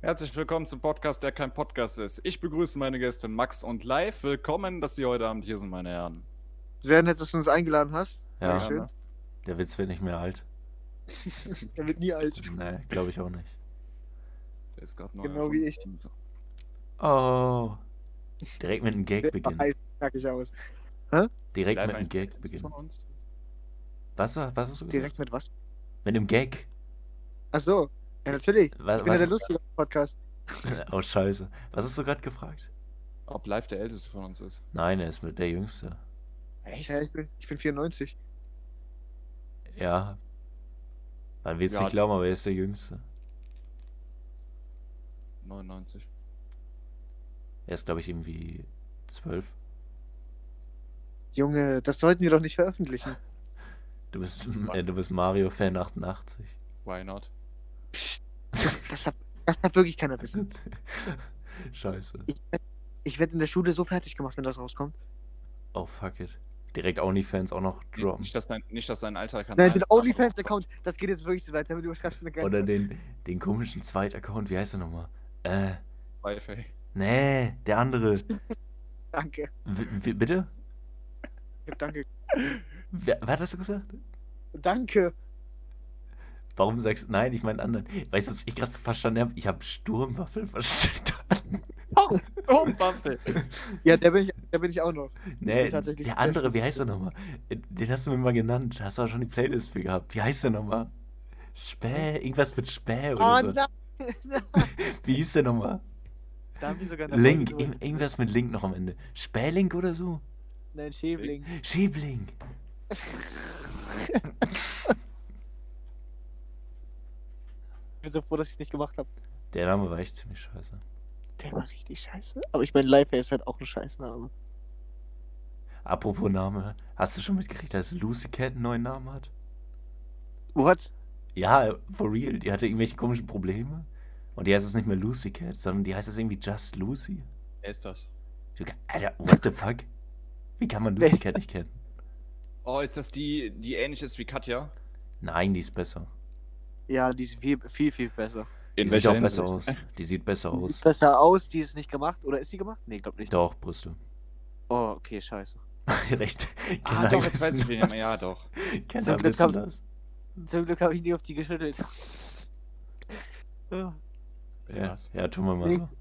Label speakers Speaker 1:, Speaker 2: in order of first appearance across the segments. Speaker 1: Herzlich willkommen zum Podcast, der kein Podcast ist. Ich begrüße meine Gäste Max und Live. Willkommen, dass Sie heute Abend hier sind, meine Herren.
Speaker 2: Sehr nett, dass du uns eingeladen hast.
Speaker 3: Ja. ne?
Speaker 2: Sehr schön.
Speaker 3: Der Witz wird nicht mehr alt.
Speaker 2: Er wird nie alt.
Speaker 3: Nee, glaube ich auch nicht.
Speaker 1: Der ist gerade neu.
Speaker 2: Genau wie
Speaker 1: erfunden. So.
Speaker 3: Oh. Direkt mit einem Gag
Speaker 2: Der
Speaker 3: beginnen.
Speaker 2: heißt, sag ich aus.
Speaker 1: Ist
Speaker 3: Direkt
Speaker 1: Live
Speaker 3: mit einem
Speaker 1: eigentlich der
Speaker 3: Gag
Speaker 1: Letzte von
Speaker 3: beginnen.
Speaker 1: uns?
Speaker 3: Was, was hast du gesagt?
Speaker 2: Direkt mit was?
Speaker 3: Mit einem Gag.
Speaker 2: Ach so. Ja, natürlich. Ich
Speaker 3: Was,
Speaker 2: bin ja der
Speaker 3: was,
Speaker 2: lustige Podcast.
Speaker 3: oh, scheiße. Was hast du gerade gefragt?
Speaker 1: Ob Live der Älteste von uns ist.
Speaker 3: Nein, er ist mit der Jüngste.
Speaker 1: Echt?
Speaker 2: Ja, ich, bin, ich bin 94.
Speaker 3: Ja. Man wird es
Speaker 1: Ja.
Speaker 3: nicht glauben, aber er ist der Jüngste.
Speaker 1: 99.
Speaker 3: Er ist, glaube ich, irgendwie zwölf.
Speaker 2: Junge, das sollten wir doch nicht veröffentlichen.
Speaker 3: Du bist, äh, du bist Mario-Fan 88.
Speaker 1: Why not?
Speaker 2: Das darf, das darf wirklich keiner wissen.
Speaker 3: Scheiße.
Speaker 2: Ich werde in der Schule so fertig gemacht, wenn das rauskommt.
Speaker 3: Oh, fuck it. Direkt OnlyFans auch noch droppen.
Speaker 1: Nicht, dass dein, nicht, dass dein alter Kanal.
Speaker 2: Nein, den OnlyFans-Account, das geht jetzt wirklich zu weit, damit du überschreibst eine
Speaker 3: Oder
Speaker 2: Grenze.
Speaker 3: den, den komischen Zweit-Account, wie heißt er nochmal? Äh,
Speaker 1: Live, ey.
Speaker 3: nee, der andere.
Speaker 2: Danke.
Speaker 3: W w- bitte?
Speaker 2: Ich hab Danke.
Speaker 3: Wer, was hast du gesagt?
Speaker 2: Danke.
Speaker 3: Warum sagst du, nein, ich meine anderen. Weißt du, was ich gerade verstanden habe? Ich habe Sturmwaffel verstanden.
Speaker 1: Oh, Waffel.
Speaker 2: Ja, der bin ich, der bin ich auch noch.
Speaker 3: Nee,
Speaker 2: tatsächlich
Speaker 3: der
Speaker 2: sehr
Speaker 3: andere, wie
Speaker 2: schlimm.
Speaker 3: heißt der nochmal? Äh, Den hast du mir mal genannt. Hast du auch schon die Playlist für gehabt. Wie heißt der nochmal? Späh, irgendwas mit Späh oder
Speaker 2: Oh
Speaker 3: so.
Speaker 2: nein.
Speaker 3: Wie hieß der nochmal?
Speaker 2: Da haben wir sogar eine
Speaker 3: Link,
Speaker 2: Folge
Speaker 3: ir-
Speaker 2: drüber.
Speaker 3: irgendwas mit Link noch am Ende. Spählink oder so?
Speaker 2: Nein, Schäbling.
Speaker 3: Schäbling.
Speaker 2: Ich bin so froh, dass ich es nicht gemacht habe.
Speaker 3: Der Name war echt ziemlich scheiße.
Speaker 2: Der war richtig scheiße. Aber ich meine, Live ist halt auch ein Scheißname.
Speaker 3: Apropos Name, hast du schon mitgekriegt, dass Lucy Cat einen neuen Namen hat?
Speaker 2: What?
Speaker 3: Ja, for real. Die hatte irgendwelche komischen Probleme. Und die heißt jetzt nicht mehr Lucy Cat, sondern die heißt jetzt irgendwie Just Lucy.
Speaker 1: Wer ist das?
Speaker 3: Du, Alter, what the fuck? Wie kann man Lucy Cat nicht kennen?
Speaker 1: Oh, ist das die, die ähnlich ist wie Katja?
Speaker 3: Nein, die ist besser.
Speaker 2: Ja, die ist viel, viel, viel besser.
Speaker 3: Die sieht auch besser aus. Die sieht besser
Speaker 2: Die
Speaker 3: aus.
Speaker 2: sieht besser aus, die ist nicht gemacht. Oder ist sie gemacht? Nee, glaub nicht.
Speaker 3: Doch, Brüste.
Speaker 2: Oh, okay, scheiße.
Speaker 3: Recht. Genau,
Speaker 1: Ah,
Speaker 3: Kenner
Speaker 1: doch, jetzt weiß
Speaker 3: wissen
Speaker 1: ich wen.
Speaker 3: das.
Speaker 1: Ja, doch.
Speaker 3: Kenner
Speaker 2: Zum Glück
Speaker 3: wissen
Speaker 2: hab-
Speaker 3: das.
Speaker 2: Zum Glück habe ich nie auf die geschüttelt. Ja.
Speaker 3: Ja,
Speaker 1: Yes.
Speaker 3: ja, tun wir mal
Speaker 2: Nichts.
Speaker 3: so.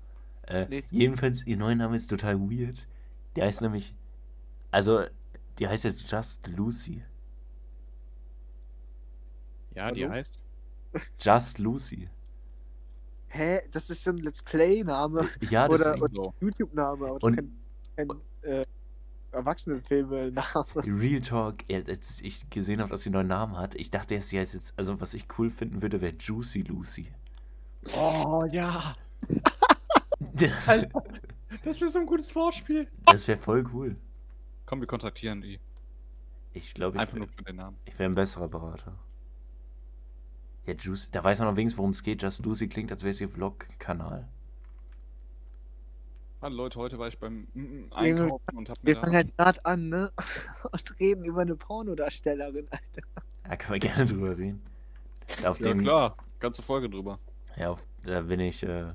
Speaker 3: Äh,
Speaker 2: Nichts.
Speaker 3: jedenfalls, ihr neuer Name ist total weird. Der heißt nämlich. Also, die heißt jetzt Just Lucy.
Speaker 1: Ja, die
Speaker 2: Hallo?
Speaker 1: heißt.
Speaker 3: Just Lucy.
Speaker 2: Hä? Das ist so ein Let's Play-Name,
Speaker 3: Ja,
Speaker 2: Oder-
Speaker 3: deswegen.
Speaker 1: So.
Speaker 2: YouTube-Name, aber
Speaker 3: Und-
Speaker 2: doch kein, kein äh, Erwachsenenfilme-Name.
Speaker 3: Real Talk, ja, als ich gesehen habe, dass sie einen neuen Namen hat, ich dachte, sie heißt jetzt, also was ich cool finden würde, wäre Juicy Lucy.
Speaker 1: Oh, ja.
Speaker 3: Das,
Speaker 1: Alter. Das wäre so ein gutes Wortspiel.
Speaker 3: das wäre voll cool.
Speaker 1: Komm, wir kontaktieren die.
Speaker 3: Ich glaube, ich,
Speaker 1: Einfach
Speaker 3: wär-
Speaker 1: nur für den Namen.
Speaker 3: ich wäre ein besserer Berater. Ja, Juicy, da weiß man noch wenigstens, worum es geht. Just Lucy klingt, als wäre es ihr Vlog-Kanal.
Speaker 1: Hallo Leute, heute war ich beim mm, mm,
Speaker 2: Junge,
Speaker 1: Einkaufen und hab mir
Speaker 2: Wir fangen
Speaker 1: da,
Speaker 2: halt grad an, ne? Und reden über eine Pornodarstellerin.
Speaker 3: Da können wir gerne drüber reden. Auf
Speaker 1: Ja
Speaker 3: dem,
Speaker 1: klar, ganze Folge drüber.
Speaker 3: Ja, auf, da bin ich, äh,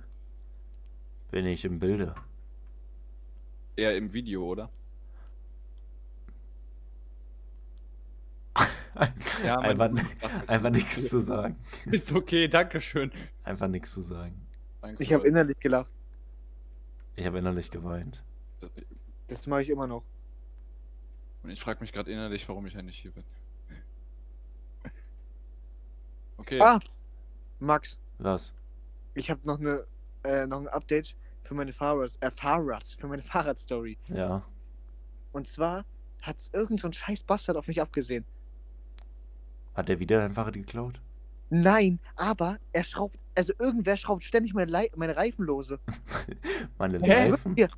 Speaker 3: bin ich im Bilde.
Speaker 1: Eher im Video, oder? Ja, mein-
Speaker 3: einfach, einfach nichts zu sagen.
Speaker 1: Ist okay, danke schön.
Speaker 3: Einfach nichts zu sagen.
Speaker 1: Danke.
Speaker 2: Ich habe innerlich gelacht.
Speaker 3: Ich habe innerlich geweint.
Speaker 2: Das mache ich immer noch.
Speaker 1: und ich frage mich gerade innerlich, warum ich ja nicht hier bin. Okay,
Speaker 2: Ah! Max,
Speaker 3: Was?
Speaker 2: Ich habe noch eine äh, noch ein Update für meine Fahrrads, äh, Fahrrads, für meine Fahrradstory.
Speaker 3: Ja.
Speaker 2: Und zwar hat's irgend so ein scheiß Bastard auf mich abgesehen.
Speaker 3: Hat der wieder dein Fahrrad geklaut?
Speaker 2: Nein, aber er schraubt, also irgendwer schraubt ständig meine, Lei meine Reifen lose.
Speaker 3: Meine
Speaker 2: Hä?
Speaker 3: Reifen?
Speaker 2: Ja.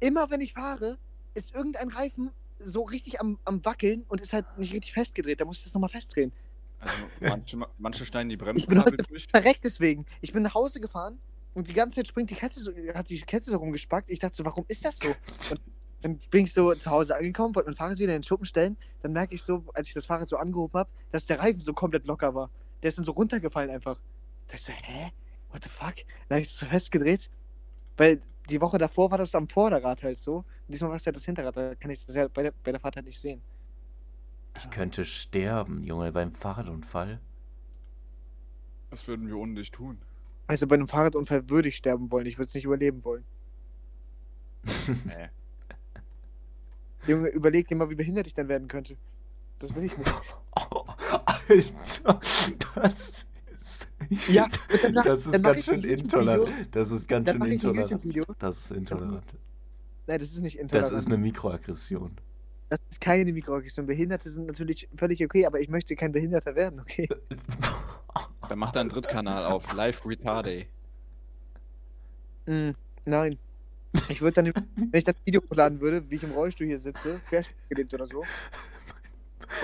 Speaker 2: Immer wenn ich fahre, ist irgendein Reifen so richtig am, am Wackeln und ist halt nicht richtig festgedreht. Da muss ich das nochmal festdrehen.
Speaker 1: also manche, manche schneiden die
Speaker 2: Ich bin
Speaker 1: Bremskabel durch.
Speaker 2: Verreckt deswegen. Ich bin nach Hause gefahren und die ganze Zeit springt die Kette so, hat die Kette so rumgespackt. Ich dachte so, warum ist das so? Und dann bin ich so zu Hause angekommen, wollte mein Fahrrad wieder in den Schuppen stellen. Dann merke ich so, als ich das Fahrrad so angehoben habe, dass der Reifen so komplett locker war. Der ist dann so runtergefallen einfach. Da ich so, hä? what the fuck? Dann habe ich das so festgedreht. Weil die Woche davor war das am Vorderrad halt so. Und diesmal war es ja das Hinterrad, da kann ich das ja bei der, bei der Fahrt halt nicht sehen.
Speaker 3: Ich könnte sterben, Junge, beim Fahrradunfall.
Speaker 1: Was würden wir ohne dich tun?
Speaker 2: Also bei einem Fahrradunfall würde ich sterben wollen, ich würde es nicht überleben wollen.
Speaker 1: Nee.
Speaker 2: Junge, überleg dir mal, wie behindert ich dann werden könnte. Das will ich nicht.
Speaker 3: Oh, Alter, das ist.
Speaker 2: Ja, und dann mach-
Speaker 3: das
Speaker 2: dann
Speaker 3: ist
Speaker 2: mach
Speaker 3: ganz
Speaker 2: ich ein
Speaker 3: schön
Speaker 2: YouTube-Video.
Speaker 3: intolerant. Das ist ganz
Speaker 2: Dann
Speaker 3: schön
Speaker 2: mache ich ein
Speaker 3: intolerant.
Speaker 2: YouTube-Video.
Speaker 3: Das ist intolerant.
Speaker 2: Nein, das ist nicht
Speaker 3: Das
Speaker 2: intolerant.
Speaker 3: ist eine Mikroaggression.
Speaker 2: Das ist keine Mikroaggression. Behinderte sind natürlich völlig okay, aber ich möchte kein Behinderter werden, okay?
Speaker 1: Dann macht er einen Drittkanal auf. Live Retarday.
Speaker 2: Mm, nein. Ich würde dann, wenn ich dann ein Video hochladen würde, wie ich im Rollstuhl hier sitze, querschnittgelebt oder so.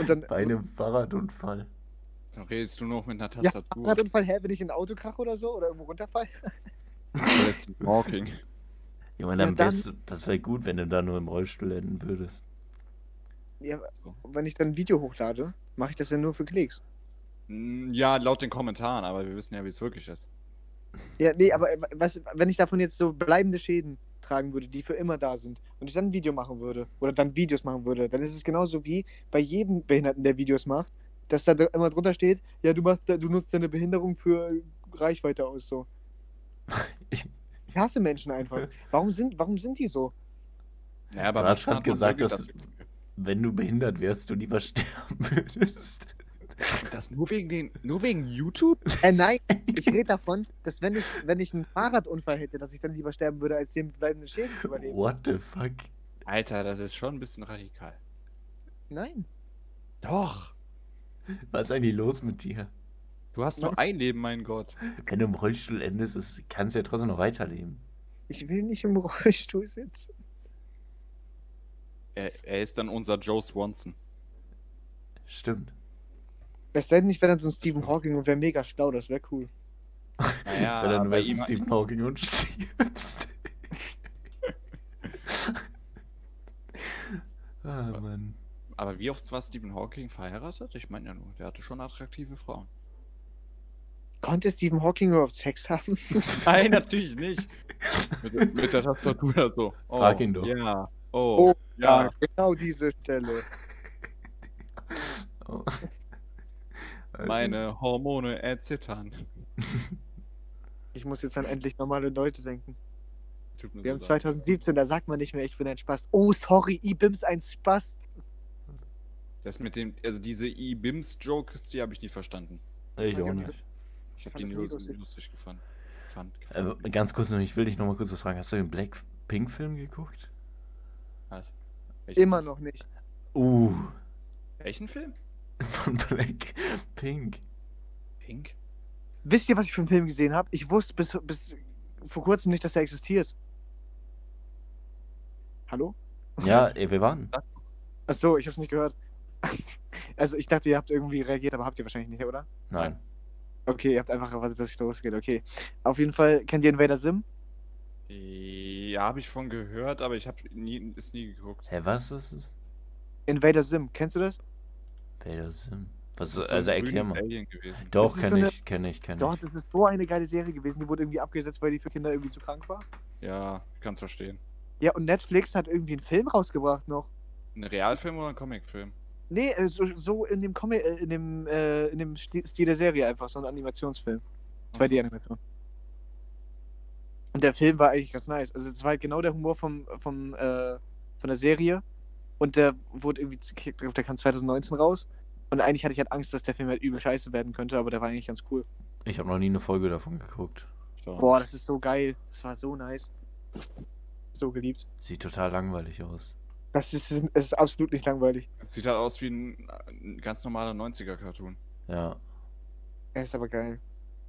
Speaker 2: Und dann.
Speaker 3: Bei einem Fahrradunfall.
Speaker 1: Dann redest du noch mit einer
Speaker 2: ja,
Speaker 1: Tastatur.
Speaker 2: Fahrradunfall, hä, wenn ich in ein Auto krache oder so oder irgendwo runterfall?
Speaker 1: Rest in Walking.
Speaker 3: Junge,
Speaker 2: Ja,
Speaker 3: dann
Speaker 2: dann-
Speaker 3: wärst du. Das wäre gut, wenn du da nur im Rollstuhl enden würdest.
Speaker 2: Ja,
Speaker 1: So.
Speaker 2: wenn ich dann ein Video hochlade, mache ich das ja nur für Klicks.
Speaker 1: Mm, Ja, laut den Kommentaren, aber wir wissen ja, wie es wirklich ist.
Speaker 2: Ja, nee, aber äh, was, wenn ich davon jetzt so bleibende Schäden tragen würde, die für immer da sind, und ich dann ein Video machen würde oder dann Videos machen würde, dann ist es genauso wie bei jedem Behinderten, der Videos macht, dass da dr- immer drunter steht, ja, du, machst, du nutzt deine Behinderung für Reichweite aus, so. Ich hasse Menschen einfach. Warum sind, warum sind die so?
Speaker 1: Naja, aber
Speaker 3: du hast
Speaker 1: Menschen
Speaker 3: gerade
Speaker 1: hat man
Speaker 3: gesagt,
Speaker 1: wirklich
Speaker 3: dass wenn du behindert wärst, du lieber sterben würdest.
Speaker 1: das, das nur wegen den, nur wegen YouTube?
Speaker 2: Äh, nein, ich rede davon, dass wenn ich, wenn ich einen Fahrradunfall hätte, dass ich dann lieber sterben würde, als den bleibenden Schäden zu überleben.
Speaker 3: What the fuck?
Speaker 1: Alter, das ist schon ein bisschen radikal.
Speaker 2: Nein.
Speaker 1: Doch.
Speaker 3: Was ist eigentlich los mit dir?
Speaker 1: Du hast nur ein Leben, mein Gott.
Speaker 3: Wenn du im Rollstuhl endest, ist- kannst du ja trotzdem noch weiterleben.
Speaker 2: Ich will nicht im Rollstuhl sitzen.
Speaker 1: Er, er ist dann unser Joe Swanson.
Speaker 3: Stimmt.
Speaker 2: Es sei denn, ich wäre dann so ein Stephen Hawking und wäre mega schlau, das wäre cool.
Speaker 1: Naja,
Speaker 3: Weil dann
Speaker 1: Ah, bei
Speaker 3: wärst du
Speaker 1: ihm,
Speaker 3: Stephen Hawking und stirbst. ah, Mann.
Speaker 1: aber wie oft war Stephen Hawking verheiratet? Ich meine ja nur, der hatte schon attraktive Frauen.
Speaker 2: Konnte Stephen Hawking überhaupt Sex haben?
Speaker 1: Nein, natürlich nicht. Mit, mit der Tastatur oder so. Oh,
Speaker 3: Frag ihn doch.
Speaker 1: Ja. Oh,
Speaker 2: Oh,
Speaker 1: ja.
Speaker 2: genau diese Stelle.
Speaker 3: Oh. Alter.
Speaker 1: Meine Hormone erzittern.
Speaker 2: Ich muss jetzt an endlich normale Leute denken.
Speaker 1: Tut mir
Speaker 2: Wir
Speaker 1: so
Speaker 2: haben
Speaker 1: leid.
Speaker 2: 2017, da sagt man nicht mehr, ich bin ein Spast. Oh, sorry, Ibims ein Spast.
Speaker 1: Das mit dem, also diese E-Bims-Jokes, die habe ich nie verstanden.
Speaker 3: Äh, Ich auch nicht.
Speaker 1: Ich
Speaker 2: Ich
Speaker 1: habe
Speaker 2: fand
Speaker 1: die
Speaker 2: das
Speaker 1: nie
Speaker 2: nie lustig.
Speaker 1: lustig, lustig gefunden. Fand,
Speaker 3: Äh,
Speaker 1: gefunden.
Speaker 3: ganz kurz noch, ich will dich nochmal kurz was fragen. Hast du den Blackpink-Film geguckt?
Speaker 1: Was? Welchen-
Speaker 2: Immer noch nicht.
Speaker 3: Uh,
Speaker 1: Welchen Film?
Speaker 3: von Blackpink.
Speaker 1: Pink?
Speaker 2: Wisst ihr, was ich für einen Film gesehen habe? Ich wusste bis, bis vor kurzem nicht, dass er existiert. Hallo?
Speaker 3: Ja, äh, ey, wir waren.
Speaker 2: Achso, ich hab's nicht gehört. Also, ich dachte, ihr habt irgendwie reagiert, aber habt ihr wahrscheinlich nicht, oder?
Speaker 3: Nein.
Speaker 2: Okay, ihr habt einfach erwartet, dass ich losgeht. Okay. Auf jeden Fall, kennt ihr Invader Sim?
Speaker 1: Äh, Ja, habe ich von gehört, aber ich habe nie, ist nie geguckt.
Speaker 3: Hä, was ist es?
Speaker 2: Invader Sim, kennst du das?
Speaker 3: Vader Sim. Was
Speaker 1: Das
Speaker 3: ist,
Speaker 1: so ein
Speaker 3: also erklär
Speaker 1: grünes
Speaker 3: mal.
Speaker 1: Alien gewesen.
Speaker 3: Doch,
Speaker 2: Das ist
Speaker 3: kenne
Speaker 2: so eine-
Speaker 3: ich, kenne ich, kenne
Speaker 2: Doch,
Speaker 3: ich.
Speaker 2: das ist so eine geile Serie gewesen. Die wurde irgendwie abgesetzt, weil die für Kinder irgendwie zu krank war.
Speaker 1: Ja, ich kann's verstehen.
Speaker 2: Ja, und Netflix hat irgendwie einen Film rausgebracht noch.
Speaker 1: Ein Realfilm oder ein Comicfilm?
Speaker 2: Nee, äh, so, so in dem Comic, äh, in dem, äh, in dem Sti- Stil der Serie einfach, so ein Animationsfilm. 2D-Animation. Und der Film war eigentlich ganz nice. Also es war halt genau der Humor vom, vom, äh, von der Serie. Und der wurde irgendwie, ich glaube, der kam 2019 raus. Und eigentlich hatte ich halt Angst, dass der Film halt übel scheiße werden könnte, aber der war eigentlich ganz cool.
Speaker 3: Ich habe noch nie eine Folge davon geguckt.
Speaker 1: Schau.
Speaker 2: Boah, das ist so geil. Das war so nice. So geliebt.
Speaker 3: Sieht total langweilig aus.
Speaker 2: Das ist, es ist absolut nicht langweilig.
Speaker 1: Das sieht halt aus wie ein, ein ganz normaler 90er-Cartoon.
Speaker 3: Ja.
Speaker 2: Er ist aber geil.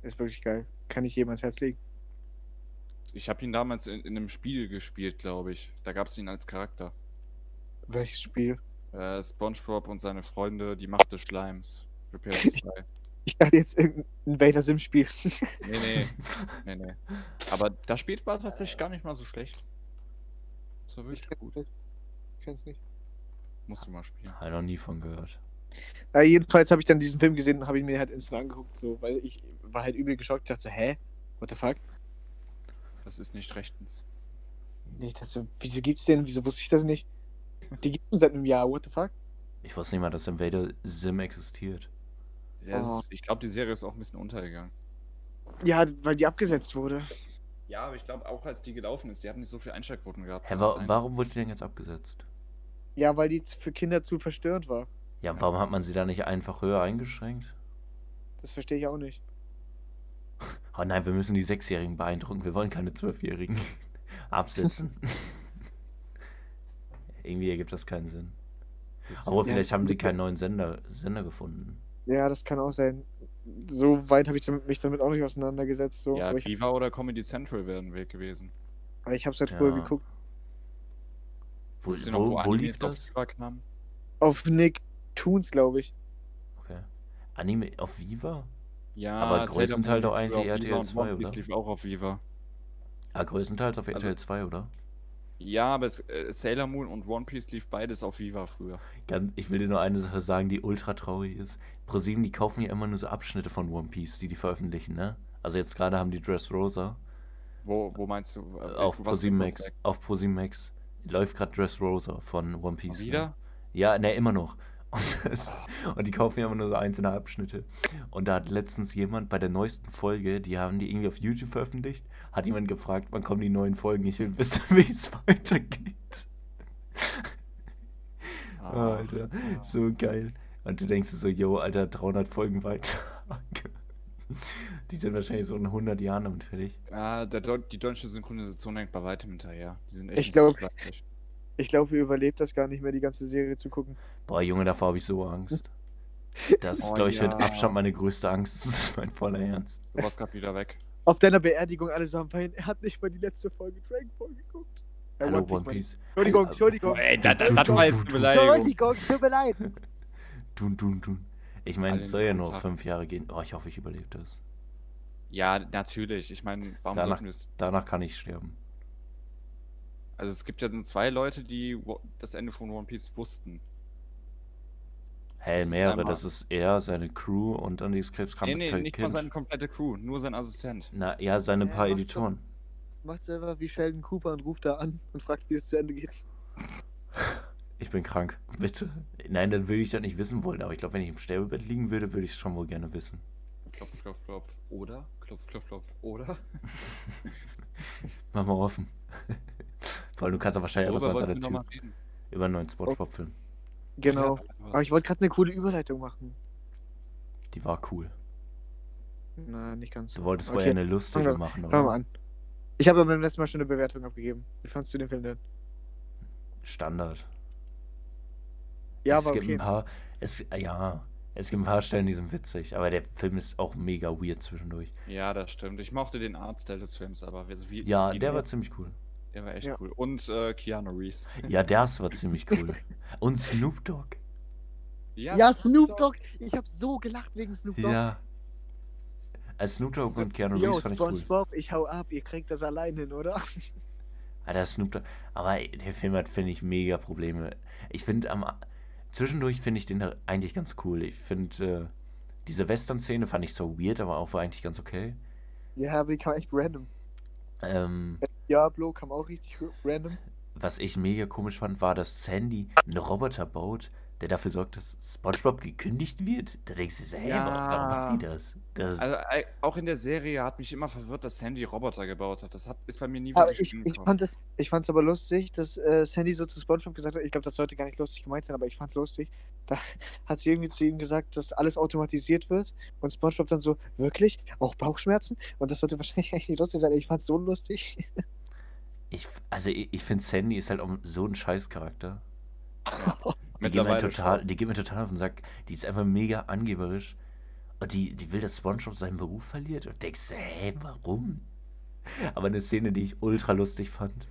Speaker 2: Ist wirklich geil. Kann ich jedem ans Herz legen.
Speaker 1: Ich habe ihn damals in, in einem Spiel gespielt, glaube ich. Da gab's ihn als Charakter.
Speaker 2: Welches Spiel?
Speaker 1: Äh, SpongeBob und seine Freunde, die Macht des Schleims. Für PS2.
Speaker 2: Ich dachte jetzt irgendein Vader Sim-Spiel.
Speaker 1: nee, nee. Nee, nee. Aber das Spiel war tatsächlich gar nicht mal so schlecht. Das war wirklich gut.
Speaker 2: Kenn's nicht.
Speaker 1: Musst du mal spielen.
Speaker 3: Habe noch nie von gehört.
Speaker 2: Ja, jedenfalls habe ich dann diesen Film gesehen und habe ihn mir halt instant angeguckt, so, weil ich war halt übel geschockt. Ich dachte so, hä? What the fuck?
Speaker 1: Das ist nicht rechtens.
Speaker 2: Nee, ich dachte so, wieso gibt's den? Wieso wusste ich das nicht? Die gibt's schon seit einem Jahr, what the fuck?
Speaker 3: Ich wusste nicht mal, dass Invader Sim existiert.
Speaker 1: Ja, es
Speaker 2: Oh.
Speaker 1: ist, ich glaube, die Serie ist auch ein bisschen untergegangen.
Speaker 2: Ja, weil die abgesetzt wurde.
Speaker 1: Ja, aber ich glaube, auch als die gelaufen ist, die haben nicht so viel Einschaltquoten gehabt.
Speaker 3: Hä, wa warum wurde die denn jetzt abgesetzt?
Speaker 2: Ja, weil die z- für Kinder zu verstörend war.
Speaker 3: Ja, warum hat man sie da nicht einfach höher eingeschränkt?
Speaker 2: Das verstehe ich auch nicht.
Speaker 3: Oh nein, wir müssen die Sechsjährigen beeindrucken. Wir wollen keine Zwölfjährigen absetzen. Irgendwie ergibt das keinen Sinn. Aber vielleicht haben die keinen neuen Sender, Sender gefunden.
Speaker 2: Ja, das kann auch sein. So weit habe ich damit, mich damit auch nicht auseinandergesetzt. So.
Speaker 1: Ja,
Speaker 2: aber ich,
Speaker 1: Viva oder Comedy Central wären ein Weg gewesen.
Speaker 2: aber ich habe es halt
Speaker 3: Ja.
Speaker 2: früher geguckt.
Speaker 3: Wo,
Speaker 1: Wisst ihr noch,
Speaker 3: wo, wo
Speaker 1: Animes
Speaker 3: lief
Speaker 1: auf
Speaker 3: das?
Speaker 1: Viva kamen?
Speaker 2: Auf Nick Toons, glaube ich.
Speaker 3: Okay. Anime auf Viva?
Speaker 1: Ja,
Speaker 3: Aber
Speaker 1: Sailor
Speaker 3: größtenteils
Speaker 1: Moon
Speaker 3: doch
Speaker 1: lief früher auf Viva
Speaker 3: eigentlich RTL
Speaker 1: und One
Speaker 3: 2,
Speaker 1: Piece
Speaker 3: oder?
Speaker 1: lief auch auf Viva.
Speaker 3: Ah, größtenteils auf
Speaker 1: Also-
Speaker 3: RTL 2, oder?
Speaker 1: Ja, aber es, äh, Sailor Moon und One Piece lief beides auf Viva früher.
Speaker 3: Ganz, ich will dir nur eine Sache sagen, die ultra traurig ist. ProSieben, die kaufen ja immer nur so Abschnitte von One Piece, die die veröffentlichen, ne? Also jetzt gerade haben die Dressrosa
Speaker 1: Wo, wo meinst du?
Speaker 3: äh,
Speaker 1: äh,
Speaker 3: auf
Speaker 1: was-
Speaker 3: ProSieben
Speaker 1: was-
Speaker 3: Max. Auf ProSieben Max läuft gerade Dressrosa von One Piece. ne?
Speaker 1: Wieder?
Speaker 3: Ja, ne, immer noch. Und, das, und die kaufen ja immer nur so einzelne Abschnitte. Und da hat letztens jemand bei der neuesten Folge, die haben die irgendwie auf YouTube veröffentlicht, hat jemand gefragt, wann kommen die neuen Folgen? Ich will wissen, wie es weitergeht.
Speaker 1: Ah,
Speaker 3: Alter,
Speaker 1: ah.
Speaker 3: so geil. Und du denkst dir so, yo, Alter, 300 Folgen weiter. Die sind wahrscheinlich so in 100 Jahren damit fertig.
Speaker 1: Ah, der Deu- die deutsche Synchronisation hängt bei weitem hinterher. Die sind echt
Speaker 2: Ich
Speaker 1: nicht
Speaker 2: glaub-
Speaker 1: so fleißig.
Speaker 2: Ich glaube, ihr überlebt das gar nicht mehr, die ganze Serie zu gucken.
Speaker 3: Boah, Junge, davor habe ich so Angst. Das ist,
Speaker 1: Oh
Speaker 3: glaube ich,
Speaker 1: ja.
Speaker 3: mit Abstand meine größte Angst. Das ist mein voller Ernst.
Speaker 1: Du warst gerade wieder weg.
Speaker 2: Auf deiner Beerdigung alle so am Weinen. Er hat nicht mal die letzte Folge Dragon Ball geguckt. Ja,
Speaker 3: Hallo, One
Speaker 2: meine ich.
Speaker 3: Piece.
Speaker 2: Entschuldigung,
Speaker 3: Hallo,
Speaker 2: Entschuldigung.
Speaker 1: Ey,
Speaker 3: da- da- das war jetzt eine
Speaker 1: Beleidigung.
Speaker 2: Entschuldigung, tut mir leid.
Speaker 3: Dun, dun, dun. Ich meine,
Speaker 1: Alle
Speaker 3: es soll ja
Speaker 1: guten
Speaker 3: nur
Speaker 1: Tag.
Speaker 3: fünf Jahre gehen. Oh, ich hoffe, ich überlebe das.
Speaker 1: Ja, natürlich. Ich meine, warum
Speaker 3: Danach-
Speaker 1: sollten wir es?
Speaker 3: Danach kann ich sterben.
Speaker 1: Also es gibt ja nur zwei Leute, die wo- das Ende von One Piece wussten.
Speaker 3: Hell,
Speaker 1: Das ist
Speaker 3: mehrere.
Speaker 1: einmal-
Speaker 3: Das ist er, seine Crew und dann die Krebskranke
Speaker 1: nee, nee, nicht mal
Speaker 3: Kind.
Speaker 1: seine komplette Crew, nur sein Assistent.
Speaker 3: Na, ja, seine
Speaker 2: Ja,
Speaker 3: paar
Speaker 2: macht
Speaker 3: Editoren.
Speaker 2: Macht's einfach wie Sheldon Cooper und ruft da an und fragt, wie es zu Ende geht.
Speaker 3: Ich bin krank. Bitte. Nein, dann würde ich das nicht wissen wollen. Aber ich glaube, wenn ich im Sterbebett liegen würde, würde ich es schon wohl gerne wissen.
Speaker 1: Klopf, klopf, klopf. Oder? Klopf, klopf, klopf. Oder?
Speaker 3: Mach mal offen. Vor allem, du kannst ja wahrscheinlich etwas
Speaker 1: Worüber
Speaker 3: an
Speaker 1: wollten
Speaker 3: seiner
Speaker 1: wir
Speaker 3: Tür.
Speaker 1: nochmal reden?
Speaker 3: Über einen neuen Spongebob-Film.
Speaker 2: Genau.
Speaker 1: Ja,
Speaker 2: Aber ich wollte gerade eine coole Überleitung machen.
Speaker 3: Die war cool.
Speaker 2: Na, nicht ganz.
Speaker 3: Du wolltest
Speaker 2: Okay.
Speaker 3: vorher eine lustige
Speaker 2: Fangen wir-
Speaker 3: machen,
Speaker 2: Fangen wir mal
Speaker 3: oder?
Speaker 2: an. Ich habe ja beim letzten Mal schon eine Bewertung abgegeben. Wie fandst du den Film denn?
Speaker 3: Standard.
Speaker 2: Ja,
Speaker 3: es
Speaker 2: war
Speaker 3: gibt
Speaker 2: okay.
Speaker 3: ein paar, es, äh, ja, es gibt ein paar Stellen, die sind witzig, aber der Film ist auch mega weird zwischendurch.
Speaker 1: ja, das stimmt. Ich mochte den Artstyle des Films, aber wir- so wie,
Speaker 3: Ja,
Speaker 1: wie-
Speaker 3: der war ziemlich cool.
Speaker 1: der war echt
Speaker 2: Ja.
Speaker 1: cool. Und äh, Keanu Reeves.
Speaker 3: Ja, das war ziemlich cool. Und Snoop Dogg.
Speaker 2: Ja, Snoop Dogg. Ich habe so gelacht wegen Snoop Dogg.
Speaker 3: Ja. Als Äh, Snoop Dogg und Keanu
Speaker 2: Yo,
Speaker 3: Reeves fand ich cool.
Speaker 2: Spongebob, ich hau ab, ihr kriegt das allein hin, oder?
Speaker 3: Alter, Snoop Dogg. Aber der Film hat, finde ich, mega Probleme. Ich finde am. Zwischendurch finde ich den eigentlich ganz cool. Ich finde, äh, diese Western-Szene fand ich so weird, aber auch war eigentlich ganz okay.
Speaker 2: Ja, aber die kam echt random.
Speaker 3: Ähm,
Speaker 2: Diablo kam auch richtig random.
Speaker 3: Was ich mega komisch fand, war, dass Sandy einen Roboter baut, der dafür sorgt, dass SpongeBob gekündigt wird. Da denkst du dir, so, hey,
Speaker 1: Ja.
Speaker 3: warum, warum macht die das? das
Speaker 1: Also äh, auch in der Serie hat mich immer verwirrt, dass Sandy Roboter gebaut hat. Das hat, ist bei mir nie
Speaker 2: Aber
Speaker 1: wirklich
Speaker 2: ich, ich
Speaker 1: angekommen.
Speaker 2: fand es ich fand's aber lustig, dass äh, Sandy so zu Spongebob gesagt hat, ich glaube, das sollte gar nicht lustig gemeint sein, aber ich fand's lustig. Da hat sie irgendwie zu ihm gesagt, dass alles automatisiert wird und Spongebob dann so, wirklich? Auch Bauchschmerzen? Und das sollte wahrscheinlich eigentlich nicht lustig sein, aber ich fand's so lustig.
Speaker 3: ich also ich, ich finde, Sandy ist halt auch so ein Scheißcharakter. Die geht, mir
Speaker 1: Mittlerweile
Speaker 3: total,
Speaker 1: schon.
Speaker 3: die geht mir total auf den Sack. Die ist einfach mega angeberisch. Und die, die will, dass SpongeBob seinen Beruf verliert. Und denkst du, hey, warum? Aber eine Szene, die ich ultra lustig fand,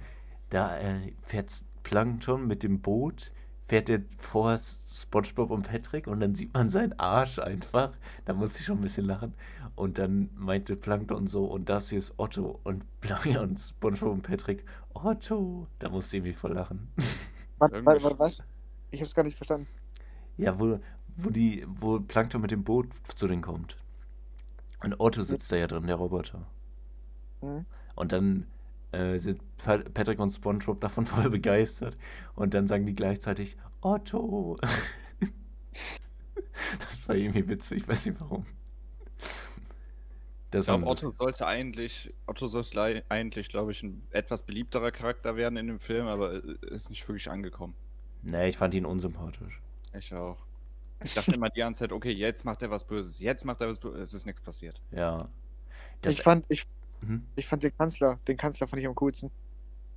Speaker 3: da äh, fährt Plankton mit dem Boot, fährt er vor SpongeBob und Patrick und dann sieht man seinen Arsch einfach. Da musste ich schon ein bisschen lachen. Und dann meinte Plankton so, und das hier ist Otto. Und, Plank und SpongeBob und Patrick, Otto. Da musste ich mich voll lachen.
Speaker 2: Warte,
Speaker 1: Irgendwie
Speaker 2: warte, warte, was? Ich hab's gar nicht verstanden.
Speaker 3: Ja, wo, wo, die, wo Plankton mit dem Boot zu denen kommt. Und Otto sitzt da ja drin, der Roboter.
Speaker 2: Mhm.
Speaker 3: Und dann äh, sind Pa- Patrick und SpongeBob davon voll begeistert. Und dann sagen die gleichzeitig Otto. das war irgendwie witzig, weiß nicht warum. Das
Speaker 1: Ich glaube,
Speaker 3: lustig.
Speaker 1: Otto sollte eigentlich, Otto sollte lei- eigentlich, glaube ich, ein etwas beliebterer Charakter werden in dem Film, aber äh, ist nicht wirklich angekommen.
Speaker 3: Nee, ich fand ihn unsympathisch.
Speaker 1: Ich auch. Ich dachte immer die ganze Zeit, okay, jetzt macht er was Böses, jetzt macht er was Böses, es ist nichts passiert.
Speaker 3: Ja. Das,
Speaker 2: Ich fand, ich,
Speaker 3: Mhm.
Speaker 2: ich fand den Kanzler, den Kanzler fand ich am coolsten.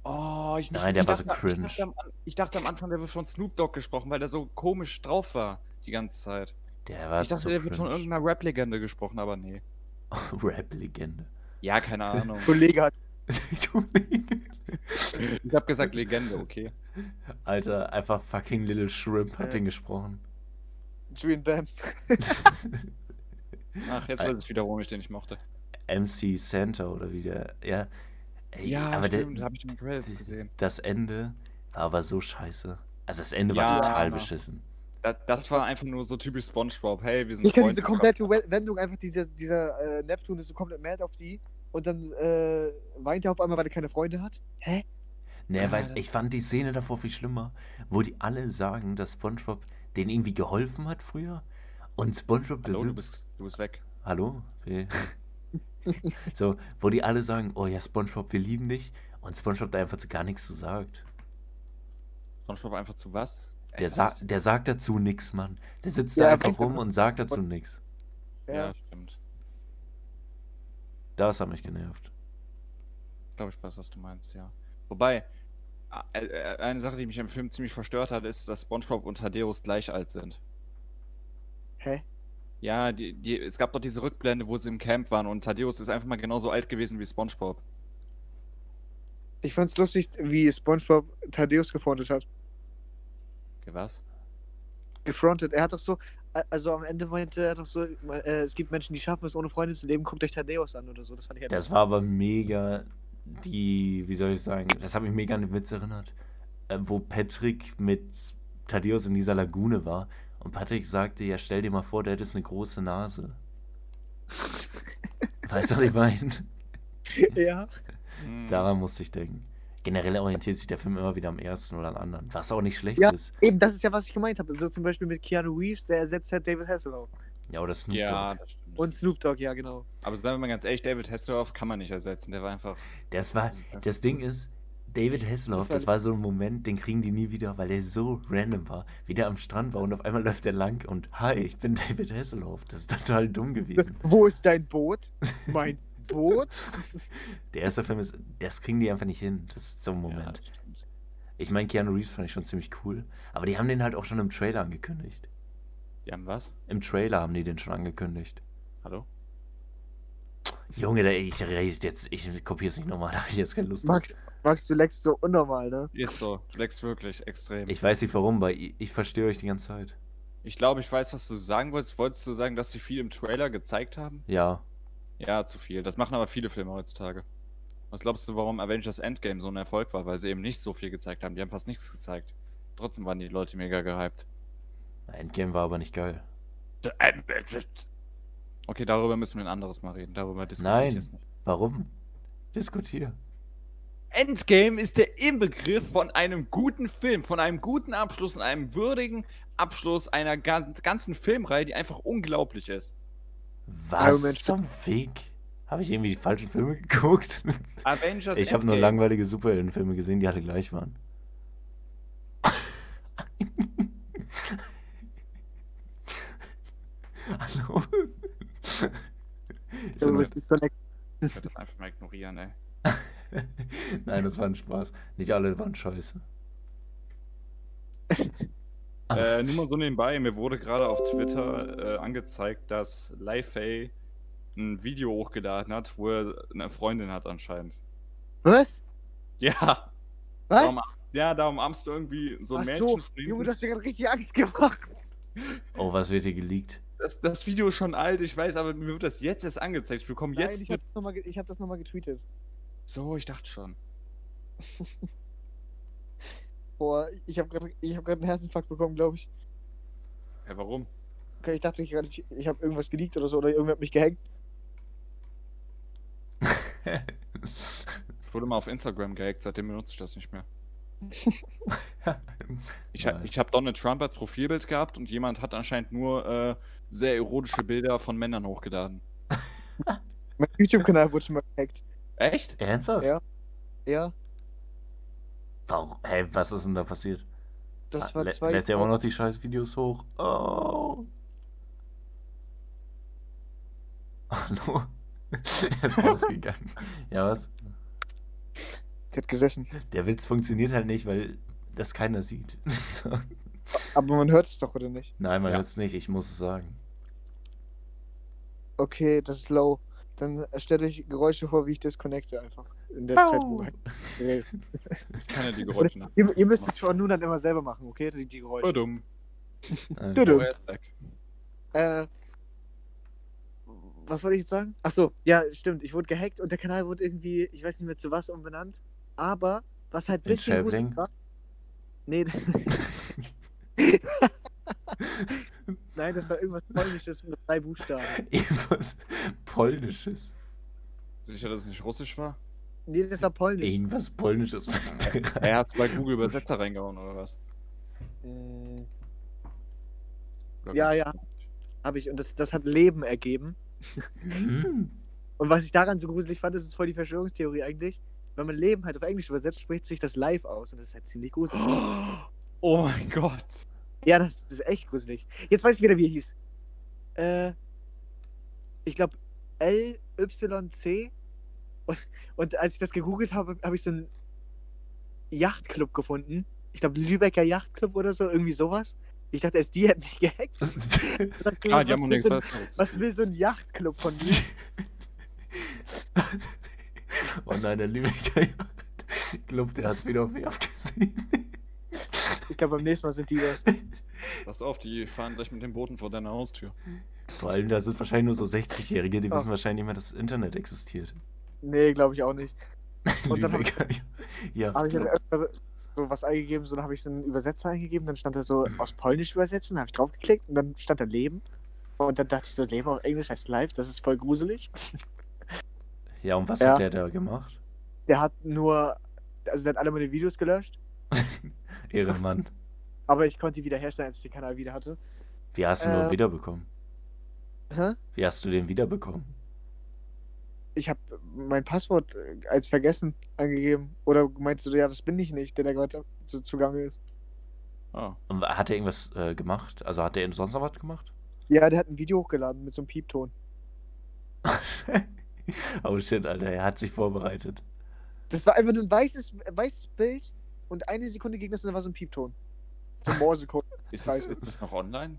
Speaker 1: Oh, ich
Speaker 3: Nein, der
Speaker 1: ich
Speaker 3: war so
Speaker 1: dachte-
Speaker 3: cringe.
Speaker 1: Ich dachte, am, An- ich dachte am Anfang, der wird von Snoop Dogg gesprochen, weil der so komisch drauf war die ganze Zeit.
Speaker 3: Der war
Speaker 1: ich dachte,
Speaker 3: so
Speaker 1: der wird von
Speaker 3: cringe.
Speaker 1: irgendeiner Rap-Legende gesprochen, aber nee.
Speaker 3: Rap-Legende.
Speaker 1: Ja, keine Ahnung.
Speaker 2: Kollege hat.
Speaker 1: ich habe gesagt Legende, okay.
Speaker 3: Alter, einfach fucking Little Shrimp hat
Speaker 2: Ja.
Speaker 3: den gesprochen.
Speaker 2: Julian Bam.
Speaker 1: Ach, jetzt weiß ich wieder, warum ich den nicht mochte.
Speaker 3: MC Santa oder wie der. Ja, Ey, aber der-
Speaker 1: stimmt, habe ich in den Credits gesehen.
Speaker 3: das Ende war aber so scheiße. Also das Ende
Speaker 1: Ja.
Speaker 3: war total beschissen.
Speaker 1: Das, das war einfach nur so typisch Spongebob. Hey, wir sind
Speaker 2: Ich kann diese
Speaker 1: Freunde.
Speaker 2: komplette We- Wendung einfach, dieser, dieser äh, Neptun ist so komplett mad auf die und dann äh, weint er auf einmal, weil er keine Freunde hat. Hä?
Speaker 3: Ne,
Speaker 1: Ah,
Speaker 3: weiß,
Speaker 1: das-
Speaker 3: ich fand die Szene davor viel schlimmer, wo die alle sagen, dass SpongeBob denen irgendwie geholfen hat früher. Und SpongeBob, der
Speaker 1: Hallo, du
Speaker 3: sitzt
Speaker 1: bist, du bist weg.
Speaker 3: Hallo? Wie? so, wo die alle sagen, oh ja, SpongeBob, wir lieben dich. Und SpongeBob da einfach zu gar nichts zu sagt.
Speaker 1: Spongebob einfach zu was? Ey,
Speaker 3: Der,
Speaker 1: das
Speaker 3: sa
Speaker 1: ist-
Speaker 3: der sagt dazu nichts, Mann. Der sitzt
Speaker 2: Ja,
Speaker 3: da
Speaker 2: er
Speaker 3: einfach
Speaker 2: bringt
Speaker 3: rum
Speaker 2: doch-
Speaker 3: und sagt dazu nichts.
Speaker 1: Ja,
Speaker 2: Ja.
Speaker 1: stimmt.
Speaker 3: Das hat mich genervt.
Speaker 1: Glaube ich weiß, was du meinst, ja. Wobei, äh, äh, eine Sache, die mich im Film ziemlich verstört hat, ist, dass Spongebob und Thaddeus gleich alt sind.
Speaker 2: Hä?
Speaker 1: Ja, die, die, es gab doch diese Rückblende, wo sie im Camp waren und Thaddeus ist einfach mal genauso alt gewesen wie Spongebob.
Speaker 2: Ich fand's lustig, wie Spongebob Thaddeus gefrontet hat.
Speaker 1: Okay, was?
Speaker 2: Gefrontet. Er hat doch so, also am Ende meinte er doch so, äh, es gibt Menschen, die schaffen es, ohne Freunde zu leben, guckt euch Thaddeus an oder so. Das fand ich halt-
Speaker 3: Das war aber mega, die, wie soll ich sagen, das hat mich mega an den Witz erinnert, äh, wo Patrick mit Thaddeus in dieser Lagune war. Und Patrick sagte, ja, stell dir mal vor, der hätte eine große Nase. weißt du, was ich meine?
Speaker 2: Ja.
Speaker 1: Hm,
Speaker 3: Daran musste ich denken. Generell orientiert sich der Film immer wieder am ersten oder am anderen, was auch nicht schlecht
Speaker 2: Ja.
Speaker 3: ist.
Speaker 2: Eben, das ist ja, was ich gemeint habe. So zum Beispiel mit Keanu Reeves, der ersetzt halt David Hasselhoff.
Speaker 3: Ja, oder Snoop
Speaker 1: ja,
Speaker 3: Dogg.
Speaker 1: das stimmt.
Speaker 2: Und Snoop Dogg, ja, genau.
Speaker 1: Aber seien wir mal ganz ehrlich, David Hasselhoff kann man nicht ersetzen. Der war einfach.
Speaker 3: Das war, das Ding ist, David Hasselhoff,
Speaker 2: Das war-
Speaker 3: das war so ein Moment, den kriegen die nie wieder, weil er so random war, wie der am Strand war und auf einmal läuft er lang und hi, ich bin David Hasselhoff. Das ist total dumm gewesen.
Speaker 2: Wo ist dein Boot? Mein Boot?
Speaker 3: Der erste Film ist, das kriegen die einfach nicht hin. Das ist so ein
Speaker 1: Ja,
Speaker 3: Moment.
Speaker 1: das stimmt.
Speaker 3: Ich meine, Keanu Reeves fand ich schon ziemlich cool, aber die haben den halt auch schon im Trailer angekündigt.
Speaker 1: Die haben was?
Speaker 3: Im Trailer haben die den schon angekündigt.
Speaker 1: Hallo?
Speaker 3: Junge, da- ich rede jetzt, ich kopiere es nicht nochmal, da habe ich jetzt keine Lust. drauf.
Speaker 2: Max, Max, du leckst so unnormal, ne?
Speaker 1: Ist so. Du leckst wirklich extrem.
Speaker 3: Ich weiß nicht warum, weil ich, ich verstehe euch die ganze Zeit.
Speaker 1: Ich glaube, ich weiß, was du sagen wolltest. Wolltest du sagen, dass sie viel im Trailer gezeigt haben?
Speaker 3: Ja,
Speaker 1: Ja, zu viel. Das machen aber viele Filme heutzutage. Was glaubst du, warum Avengers Endgame so ein Erfolg war? Weil sie eben nicht so viel gezeigt haben. Die haben fast nichts gezeigt. Trotzdem waren die Leute mega gehypt.
Speaker 3: Endgame war aber nicht geil.
Speaker 1: Okay, darüber müssen wir ein anderes Mal reden. Darüber diskutieren
Speaker 3: Nein.
Speaker 1: ich jetzt nicht.
Speaker 3: Warum? Diskutier.
Speaker 1: Endgame ist der Inbegriff von einem guten Film, von einem guten Abschluss und einem würdigen Abschluss einer gan- ganzen Filmreihe, die einfach unglaublich ist.
Speaker 3: Was
Speaker 2: Iron Man-
Speaker 3: zum Weg? Habe ich irgendwie die falschen Filme geguckt?
Speaker 1: Avengers
Speaker 3: ich habe nur
Speaker 1: Endgame.
Speaker 3: langweilige Superheldenfilme gesehen, die alle gleich waren. Hallo? Ist ja
Speaker 2: Du
Speaker 3: nur-
Speaker 2: bist disconnected.
Speaker 1: Ich werde das einfach mal ignorieren, ey.
Speaker 3: Nein, das war ein Spaß. Nicht alle waren scheiße.
Speaker 2: Ah.
Speaker 1: Äh, nur mal so nebenbei, mir wurde gerade auf Twitter äh, angezeigt, dass Lifey ein Video hochgeladen hat, wo er eine Freundin hat anscheinend.
Speaker 2: Was?
Speaker 1: Ja,
Speaker 2: Was?
Speaker 1: Warum- ja, da umarmst du irgendwie so ein
Speaker 2: Ach
Speaker 1: Mädchen.
Speaker 2: so, Junge, du hast mir gerade richtig Angst gemacht.
Speaker 3: Oh, was wird hier geleakt?
Speaker 1: das, das Video ist schon alt, ich weiß, aber mir wird das jetzt erst angezeigt. Ich bekomme
Speaker 2: Nein,
Speaker 1: jetzt.
Speaker 2: ich hab das nochmal ge hab das noch mal getweetet.
Speaker 1: so, ich dachte schon.
Speaker 2: Boah, ich habe gerade hab grad einen Herzinfarkt bekommen, glaube ich.
Speaker 1: Ja, warum?
Speaker 2: Okay, ich dachte gerade, ich, ich habe irgendwas geleakt oder so oder irgendwer hat mich gehackt.
Speaker 1: wurde mal auf Instagram gehackt, seitdem benutze ich das nicht mehr. Ich,
Speaker 3: Nice.
Speaker 1: hab- ich habe Donald Trump als Profilbild gehabt und jemand hat anscheinend nur äh, sehr erotische Bilder von Männern hochgeladen.
Speaker 2: Mein YouTube-Kanal wurde schon mal gehackt.
Speaker 1: Echt?
Speaker 3: Ernsthaft?
Speaker 2: Ja. Ja,
Speaker 3: Warum? Hä, was ist denn da passiert?
Speaker 2: das
Speaker 3: Ah,
Speaker 2: war
Speaker 3: lä-
Speaker 2: zwei.
Speaker 3: Lädt er immer noch die scheiß Videos hoch? Oh. Hallo? er ist rausgegangen. Ja, was?
Speaker 2: Der hat gesessen.
Speaker 3: Der Witz funktioniert halt nicht, weil das keiner sieht. So.
Speaker 2: Aber man hört es doch, oder nicht?
Speaker 3: Nein, man
Speaker 1: Ja.
Speaker 3: hört es nicht, ich muss es sagen.
Speaker 2: Okay, das ist low. Dann stellt euch Geräusche vor, wie ich disconnecte einfach. In der Zeit, wo Nee.
Speaker 1: Ich kann ja die Geräusche nach.
Speaker 2: ihr, ihr müsst es von nun an immer selber machen, okay? Die, die Geräusche.
Speaker 1: Dumm.
Speaker 3: Äh,
Speaker 2: Tudu.
Speaker 1: Oh, er ist weg.
Speaker 2: Äh, was wollte ich jetzt sagen? Achso, ja, stimmt. Ich wurde gehackt und der Kanal wurde irgendwie, ich weiß nicht mehr zu was, umbenannt. Aber was halt ein
Speaker 3: In
Speaker 2: bisschen
Speaker 3: Schäbling?
Speaker 2: gruselig war. Nee. Nein, das war irgendwas Polnisches mit drei Buchstaben.
Speaker 3: irgendwas Polnisches.
Speaker 1: Sicher, dass es nicht russisch war?
Speaker 2: Nee, das war Polnisch.
Speaker 3: Irgendwas Polnisches.
Speaker 1: Er hat es bei Google Übersetzer reingehauen, oder was?
Speaker 2: Äh,
Speaker 1: Oder
Speaker 2: Ja,
Speaker 1: ganz-
Speaker 2: ja. Hab ich. Und das, das hat Leben ergeben.
Speaker 3: Hm.
Speaker 2: Und was ich daran so gruselig fand, das ist voll die Verschwörungstheorie eigentlich. Wenn man Leben halt auf Englisch übersetzt, spricht sich das live aus. Und das ist halt ziemlich gruselig.
Speaker 1: Oh mein Gott.
Speaker 2: Ja, das ist echt gruselig. Jetzt weiß ich wieder, wie er hieß. Äh, ich glaube LYC. Und, und als ich das gegoogelt habe, habe ich so einen Yachtclub gefunden. Ich glaube Lübecker Yachtclub oder so, irgendwie sowas. Ich dachte erst, die hätten mich gehackt. Was,
Speaker 1: Ah, die haben
Speaker 2: was,
Speaker 1: um den
Speaker 2: will so ein,
Speaker 1: Kreis-
Speaker 2: was will so ein Yachtclub von mir?
Speaker 3: oh nein, der Lübecker Club, der hat es wieder auf mich abgesehen.
Speaker 2: Ich glaube, beim nächsten Mal sind die das.
Speaker 1: Pass auf, die fahren gleich mit den Booten vor deiner Haustür.
Speaker 3: Vor allem, da sind wahrscheinlich nur so 60-Jährige, die
Speaker 2: Ah.
Speaker 3: wissen wahrscheinlich nicht mehr, dass das Internet existiert.
Speaker 2: Nee, glaube ich auch nicht. Und dann hab ich-
Speaker 3: Lübecker. Ja,
Speaker 2: Aber ich
Speaker 3: Club.
Speaker 2: hatte öfter so was eingegeben, so dann habe ich so einen Übersetzer eingegeben, dann stand da so aus Polnisch übersetzen, dann habe ich draufgeklickt und dann stand da Leben. Und dann dachte ich so, Leben auf Englisch heißt Live, das ist voll gruselig.
Speaker 3: ja und was
Speaker 2: Ja.
Speaker 3: hat der da gemacht?
Speaker 2: Der hat nur, also der hat alle meine Videos gelöscht,
Speaker 3: Ehrenmann.
Speaker 2: aber ich konnte die wiederherstellen, als ich den Kanal wieder hatte.
Speaker 3: Wie hast du ihn
Speaker 2: Äh.
Speaker 3: nur wiederbekommen?
Speaker 2: Hä?
Speaker 3: Wie hast du den wiederbekommen?
Speaker 2: Ich habe mein Passwort äh, als vergessen angegeben. Oder meinst du, ja, das bin ich nicht, der da gerade zu, zugange ist?
Speaker 1: Ah.
Speaker 3: Und hat er irgendwas äh, gemacht? Also hat er sonst noch was gemacht?
Speaker 2: Ja, der hat ein Video hochgeladen mit so einem Piepton.
Speaker 3: oh shit, Alter, er hat sich vorbereitet.
Speaker 2: Das war einfach nur ein weißes, weißes Bild und eine Sekunde ging das und dann war so ein Piepton. So ein Morsecode.
Speaker 1: Ist es,
Speaker 2: Scheiße.
Speaker 1: ist es noch online?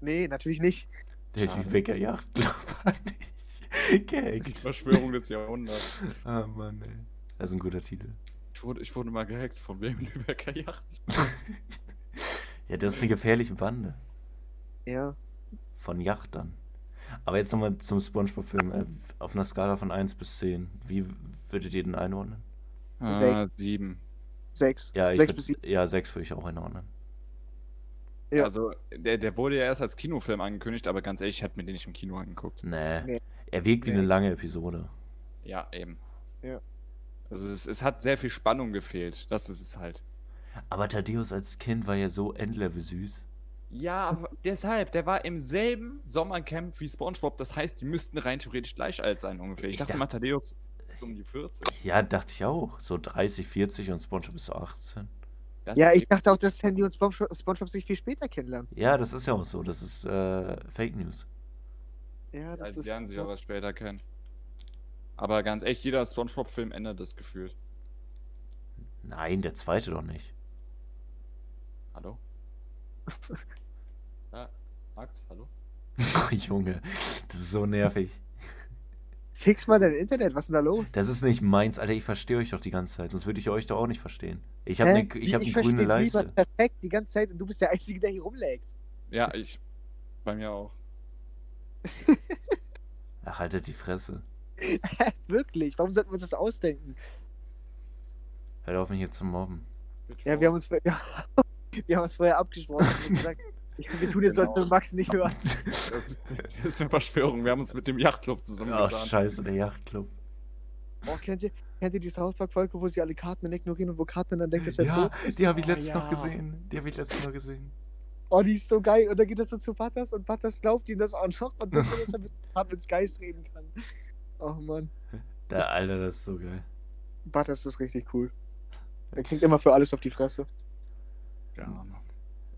Speaker 2: Nee, natürlich nicht.
Speaker 3: Der
Speaker 1: Schade.
Speaker 3: Lübecker Yachtclub hat dich gehackt.
Speaker 1: Verschwörung des Jahrhunderts.
Speaker 3: Ah, Mann, ey. Das ist ein guter Titel.
Speaker 1: Ich wurde, ich wurde mal gehackt von wem Lübecker Yacht.
Speaker 3: Ja, das ist eine gefährliche Bande
Speaker 2: Ja.
Speaker 3: von Yachtern. Aber jetzt nochmal zum Spongebob-Film. Äh, Auf einer Skala von 1 bis 10. Wie würdet ihr den einordnen?
Speaker 1: Ah,
Speaker 2: Sechs.
Speaker 1: sieben.
Speaker 2: Sechs.
Speaker 3: Ja, ich
Speaker 2: Sechs
Speaker 3: würd-
Speaker 2: bis sieben.
Speaker 3: Ja, 6 würde ich auch einordnen.
Speaker 2: Ja.
Speaker 1: Also, der, der wurde ja erst als Kinofilm angekündigt, aber ganz ehrlich, ich habe mir den nicht im Kino angeguckt.
Speaker 3: Nee.
Speaker 2: Nee.
Speaker 3: Er wirkt wie
Speaker 2: Nee.
Speaker 3: eine lange Episode.
Speaker 1: Ja, eben.
Speaker 2: Ja.
Speaker 1: Also, es, es hat sehr viel Spannung gefehlt. Das ist es halt.
Speaker 3: Aber Thaddeus als Kind war ja so Endlevel süß.
Speaker 1: Ja, aber deshalb, der war im selben Sommercamp wie Spongebob. Das heißt, die müssten rein theoretisch gleich alt sein ungefähr. Ich,
Speaker 3: Ich
Speaker 1: dachte,
Speaker 3: dacht-
Speaker 1: mal, Thaddeus ist um die 40.
Speaker 3: Ja, dachte ich auch. So 30, 40 und Spongebob ist so 18.
Speaker 1: Das
Speaker 2: Ja,
Speaker 1: ist
Speaker 2: ich
Speaker 1: eben-
Speaker 2: dachte auch, dass Sandy und Spongebob, Spongebob sich viel später kennenlernen.
Speaker 3: Ja, das ist ja auch so. Das ist äh, Fake News.
Speaker 2: Ja,
Speaker 1: Ja, die lernen sich aber später kennen. Aber ganz echt, jeder Spongebob-Film ändert das Gefühl.
Speaker 3: Nein, der zweite doch nicht.
Speaker 1: Hallo? ja, Max, hallo?
Speaker 3: Oh, Junge, das ist so nervig.
Speaker 2: Fix mal dein Internet, was ist denn da los?
Speaker 3: Das ist nicht meins, Alter. Ich verstehe euch doch die ganze Zeit. Sonst würde ich euch doch auch nicht verstehen. Ich habe
Speaker 2: Hä?
Speaker 3: eine ich hab ne
Speaker 2: verstehe
Speaker 3: grüne
Speaker 2: Grieber
Speaker 3: Leiste.
Speaker 2: perfekt die ganze Zeit und du bist der Einzige, der hier rumlägt.
Speaker 1: Ja, ich. Bei mir auch.
Speaker 3: Ach, haltet die Fresse.
Speaker 2: Wirklich, warum sollten wir uns das ausdenken?
Speaker 3: Hört auf, mich hier zu mobben.
Speaker 2: Ja, wir haben uns, wir haben uns vorher abgesprochen und gesagt, wir tun jetzt was,
Speaker 1: Genau.
Speaker 2: wir Max nicht hören.
Speaker 1: Das ist, das ist eine Verschwörung. Wir haben uns mit dem Yachtclub
Speaker 3: Ach,
Speaker 1: zusammengetan.
Speaker 3: scheiße, der Yachtclub.
Speaker 2: Oh, kennt ihr, kennt ihr die South Park-Folge, wo sie alle Cartman ignorieren und wo Cartman dann denkt, dass er
Speaker 3: Ja,
Speaker 2: tot Ah,
Speaker 3: die habe ich
Speaker 1: Oh,
Speaker 3: letztens
Speaker 1: ja.
Speaker 3: noch gesehen. Die habe ich letztens noch gesehen.
Speaker 2: Oh, die ist so geil. Und dann geht das so zu Butters und Butters glaubt ihm das auch noch und dann will dass er mit Cartmans Geist reden kann. Oh Mann.
Speaker 3: Da, Alter, das ist so geil.
Speaker 2: Butters ist richtig cool. Er kriegt immer für alles auf die Fresse.
Speaker 1: Ja.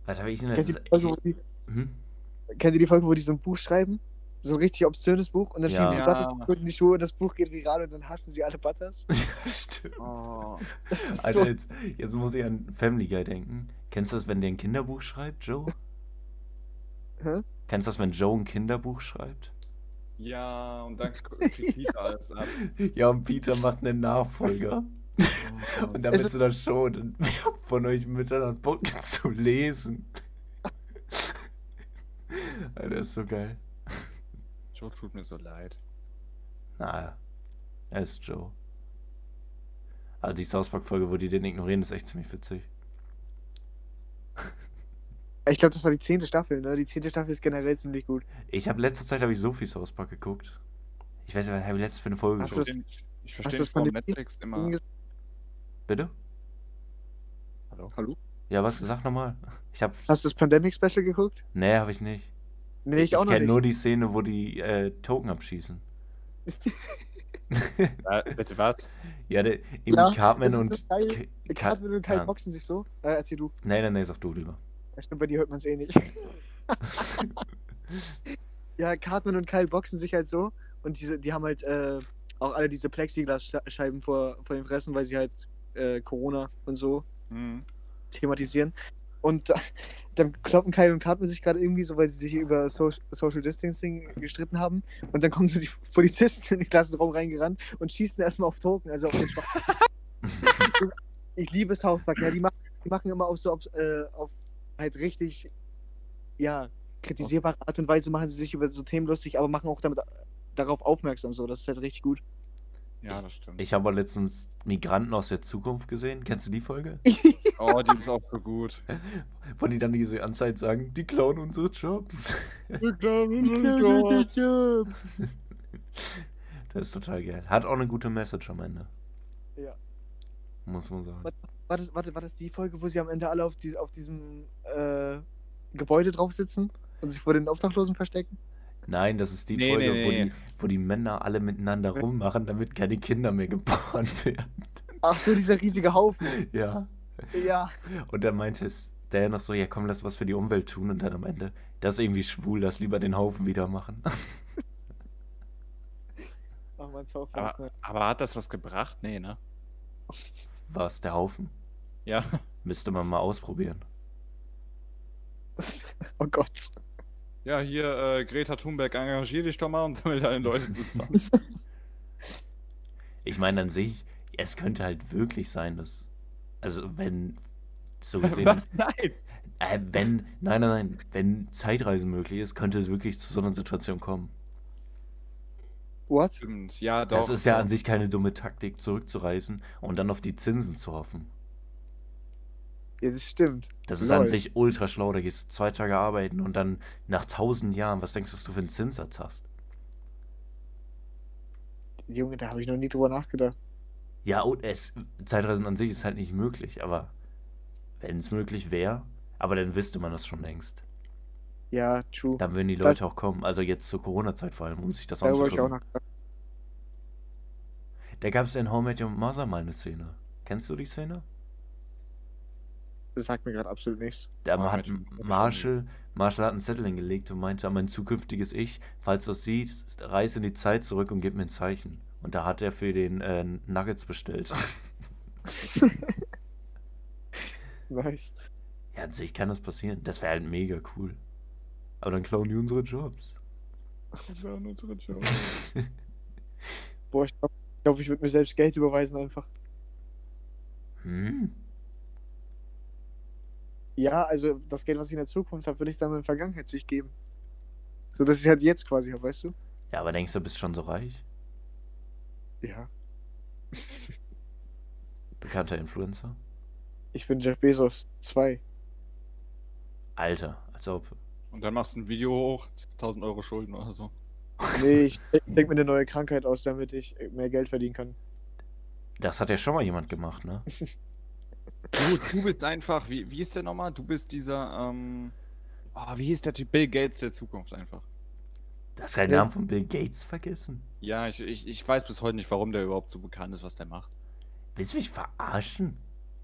Speaker 3: Was habe ich denn
Speaker 2: Kennt ihr,
Speaker 3: letztens...
Speaker 2: die Folge, wo die,
Speaker 3: ich, hm?
Speaker 2: kennt ihr die Folge, wo die so ein Buch schreiben? So ein richtig obszönes Buch und dann
Speaker 3: Ja.
Speaker 2: schieben sie
Speaker 1: Ja.
Speaker 2: Butters in die Schuhe und das Buch geht viral und dann hassen sie alle Butters.
Speaker 3: Stimmt.
Speaker 1: Oh.
Speaker 2: Das ist
Speaker 3: Alter,
Speaker 2: so,
Speaker 3: jetzt, jetzt muss ich an Family Guy denken. Kennst du das, wenn der ein Kinderbuch schreibt, Joe?
Speaker 2: Hä?
Speaker 3: Kennst du das, wenn Joe ein Kinderbuch schreibt?
Speaker 1: ja, und dann kriegt Peter alles ab.
Speaker 3: Ja, und Peter macht einen Nachfolger. Und dann
Speaker 2: Es
Speaker 3: bist du da schon. Und wer von euch Müttern hat Bock zu lesen? Alter, ist so geil.
Speaker 1: Joe tut mir so leid.
Speaker 3: Naja, er ist Joe. Aber die South Park-Folge, wo die den ignorieren, ist echt ziemlich witzig.
Speaker 2: ich glaube, das war die zehnte Staffel, ne? Die zehnte Staffel ist generell ziemlich gut.
Speaker 3: Ich habe letzte Zeit habe ich so viel South Park geguckt. Ich weiß nicht, was habe ich letztes für eine Folge
Speaker 2: Ach so,
Speaker 3: geguckt?
Speaker 1: verstehe nicht- ich
Speaker 2: hast
Speaker 1: verstehe
Speaker 2: du
Speaker 1: nicht,
Speaker 2: von
Speaker 1: warum
Speaker 2: dem-
Speaker 1: Netflix immer.
Speaker 3: Bitte?
Speaker 1: Hallo?
Speaker 2: Hallo?
Speaker 3: Ja, was? Sag nochmal. Ich habe.
Speaker 2: Hast du das Pandemic Special geguckt?
Speaker 3: Nee, habe ich nicht.
Speaker 2: Nee, ich,
Speaker 3: ich
Speaker 2: auch noch
Speaker 3: kenne
Speaker 2: nicht.
Speaker 3: nur die Szene, wo die äh, Token abschießen.
Speaker 1: Äh, bitte was?
Speaker 3: ja, der, eben
Speaker 2: Ja, das
Speaker 3: Cartman
Speaker 2: ist
Speaker 3: und.
Speaker 2: so geil.
Speaker 3: Ka-
Speaker 2: Cartman und Kai
Speaker 3: ja.
Speaker 2: boxen sich so. Äh, erzähl du.
Speaker 3: Nee, nee, nee, sag du lieber.
Speaker 2: Ja, Stimmt, bei dir hört man es eh nicht. ja, Cartman und Kyle boxen sich halt so und diese, die haben halt äh, auch alle diese Plexiglasscheiben vor, vor den Fressen, weil sie halt äh, Corona und so
Speaker 1: Hm.
Speaker 2: thematisieren. Und da- dann kloppen Kyle und Cartman sich gerade irgendwie so, weil sie sich über so Social Distancing gestritten haben. Und dann kommen so die Polizisten in den Klassenraum reingerannt und schießen erstmal auf Token, also auf den Schwarzen. ich liebe South Park, ja, die machen, die machen immer auf so obs- äh, auf halt richtig, ja, kritisierbare Art und Weise machen sie sich über so Themen lustig, aber machen auch damit darauf aufmerksam so. Das ist halt richtig gut.
Speaker 1: Ja, das stimmt.
Speaker 3: Ich habe letztens Migranten aus der Zukunft gesehen. Kennst du die Folge?
Speaker 1: Oh, die ist auch so gut.
Speaker 3: Wo die dann diese Anzeit sagen, die klauen unsere Jobs.
Speaker 2: ja,
Speaker 3: Das ist total geil. Hat auch eine gute Message am Ende.
Speaker 2: Ja.
Speaker 3: Muss man sagen.
Speaker 2: Was- War das, warte, war das die Folge, wo sie am Ende alle auf, dies- auf diesem äh, Gebäude drauf sitzen und sich vor den Obdachlosen verstecken?
Speaker 3: Nein, das ist die
Speaker 1: Nee,
Speaker 3: Folge,
Speaker 1: nee,
Speaker 3: wo,
Speaker 1: nee.
Speaker 3: Die, wo die Männer alle miteinander rummachen, damit keine Kinder mehr geboren werden.
Speaker 2: Ach so, dieser riesige Haufen.
Speaker 3: Ja.
Speaker 2: Ja.
Speaker 3: Und dann meinte Stan noch so, ja komm, lass was für die Umwelt tun. Und dann am Ende, das ist irgendwie schwul, lass lieber den Haufen wieder machen.
Speaker 2: Ach man, so
Speaker 1: Aber, aber hat das was gebracht? Nee, ne?
Speaker 3: War es der Haufen?
Speaker 1: Ja.
Speaker 3: Müsste man mal ausprobieren.
Speaker 2: Oh Gott.
Speaker 1: Ja, hier, äh, Greta Thunberg, engagier dich doch mal und sammel deine Leute zusammen.
Speaker 3: Ich meine an sich, es könnte halt wirklich sein, dass, also wenn, so gesehen,
Speaker 1: Was? Nein!
Speaker 3: Äh, wenn, nein, nein, nein, wenn Zeitreisen möglich ist, könnte es wirklich zu so einer Situation kommen.
Speaker 2: What?
Speaker 1: Stimmt, ja, doch.
Speaker 3: Das ist ja an sich keine dumme Taktik, zurückzureisen und dann auf die Zinsen zu hoffen.
Speaker 2: Ja, das stimmt.
Speaker 3: Das ist
Speaker 2: Lol.
Speaker 3: an sich ultra schlau. Da gehst du zwei Tage arbeiten und dann nach tausend Jahren, was denkst du, was du für einen Zinssatz hast?
Speaker 2: Junge, da habe ich noch nie drüber nachgedacht.
Speaker 3: Ja, und es, Zeitreisen an sich ist halt nicht möglich, aber wenn es möglich wäre, aber dann wüsste man das schon längst.
Speaker 2: Ja, true.
Speaker 3: Dann würden die
Speaker 2: Das-
Speaker 3: Leute auch kommen. Also jetzt zur Corona-Zeit vor allem, um sich das
Speaker 2: Da wollte ich auch
Speaker 3: anzugucken.
Speaker 2: nachgedacht.
Speaker 3: Da gab es in Home Met Your Mother mal eine Szene. Kennst du die Szene?
Speaker 2: Das sagt mir gerade absolut nichts.
Speaker 3: Da
Speaker 1: Ah,
Speaker 3: hat
Speaker 1: mit- mit
Speaker 3: Marshall, Marshall hat einen Zettel hingelegt und meinte an mein zukünftiges Ich, falls du das siehst, reiß in die Zeit zurück und gib mir ein Zeichen. Und da hat er für den äh, Nuggets bestellt.
Speaker 2: nice.
Speaker 3: ja, an sich kann das passieren. Das wäre halt mega cool. Aber dann klauen die unsere Jobs.
Speaker 2: Boah, ich glaube, ich, glaub, ich würde mir selbst Geld überweisen einfach.
Speaker 3: Hm?
Speaker 2: Ja, also das Geld, was ich in der Zukunft habe, würde ich dann in der Vergangenheit sich geben. So, dass ich halt jetzt quasi habe, weißt du?
Speaker 3: Ja, aber denkst du, bist schon so reich?
Speaker 2: Ja.
Speaker 3: Bekannter Influencer?
Speaker 2: Ich bin Jeff Bezos 2.
Speaker 3: Alter, als ob.
Speaker 1: Und dann machst du ein Video hoch, 1000 Euro Schulden oder so.
Speaker 2: Nee, ich denke mir eine neue Krankheit aus, damit ich mehr Geld verdienen kann.
Speaker 3: Das hat ja schon mal jemand gemacht, ne?
Speaker 1: Du, du bist einfach, wie, wie ist der nochmal? Du bist dieser, ähm, ah, wie hieß der Typ? Bill Gates der Zukunft einfach.
Speaker 3: Du hast den
Speaker 2: Ja.
Speaker 3: Namen von Bill Gates vergessen.
Speaker 1: Ja, ich, ich, ich weiß bis heute nicht, warum der überhaupt so bekannt ist, was der macht.
Speaker 3: Willst du mich verarschen?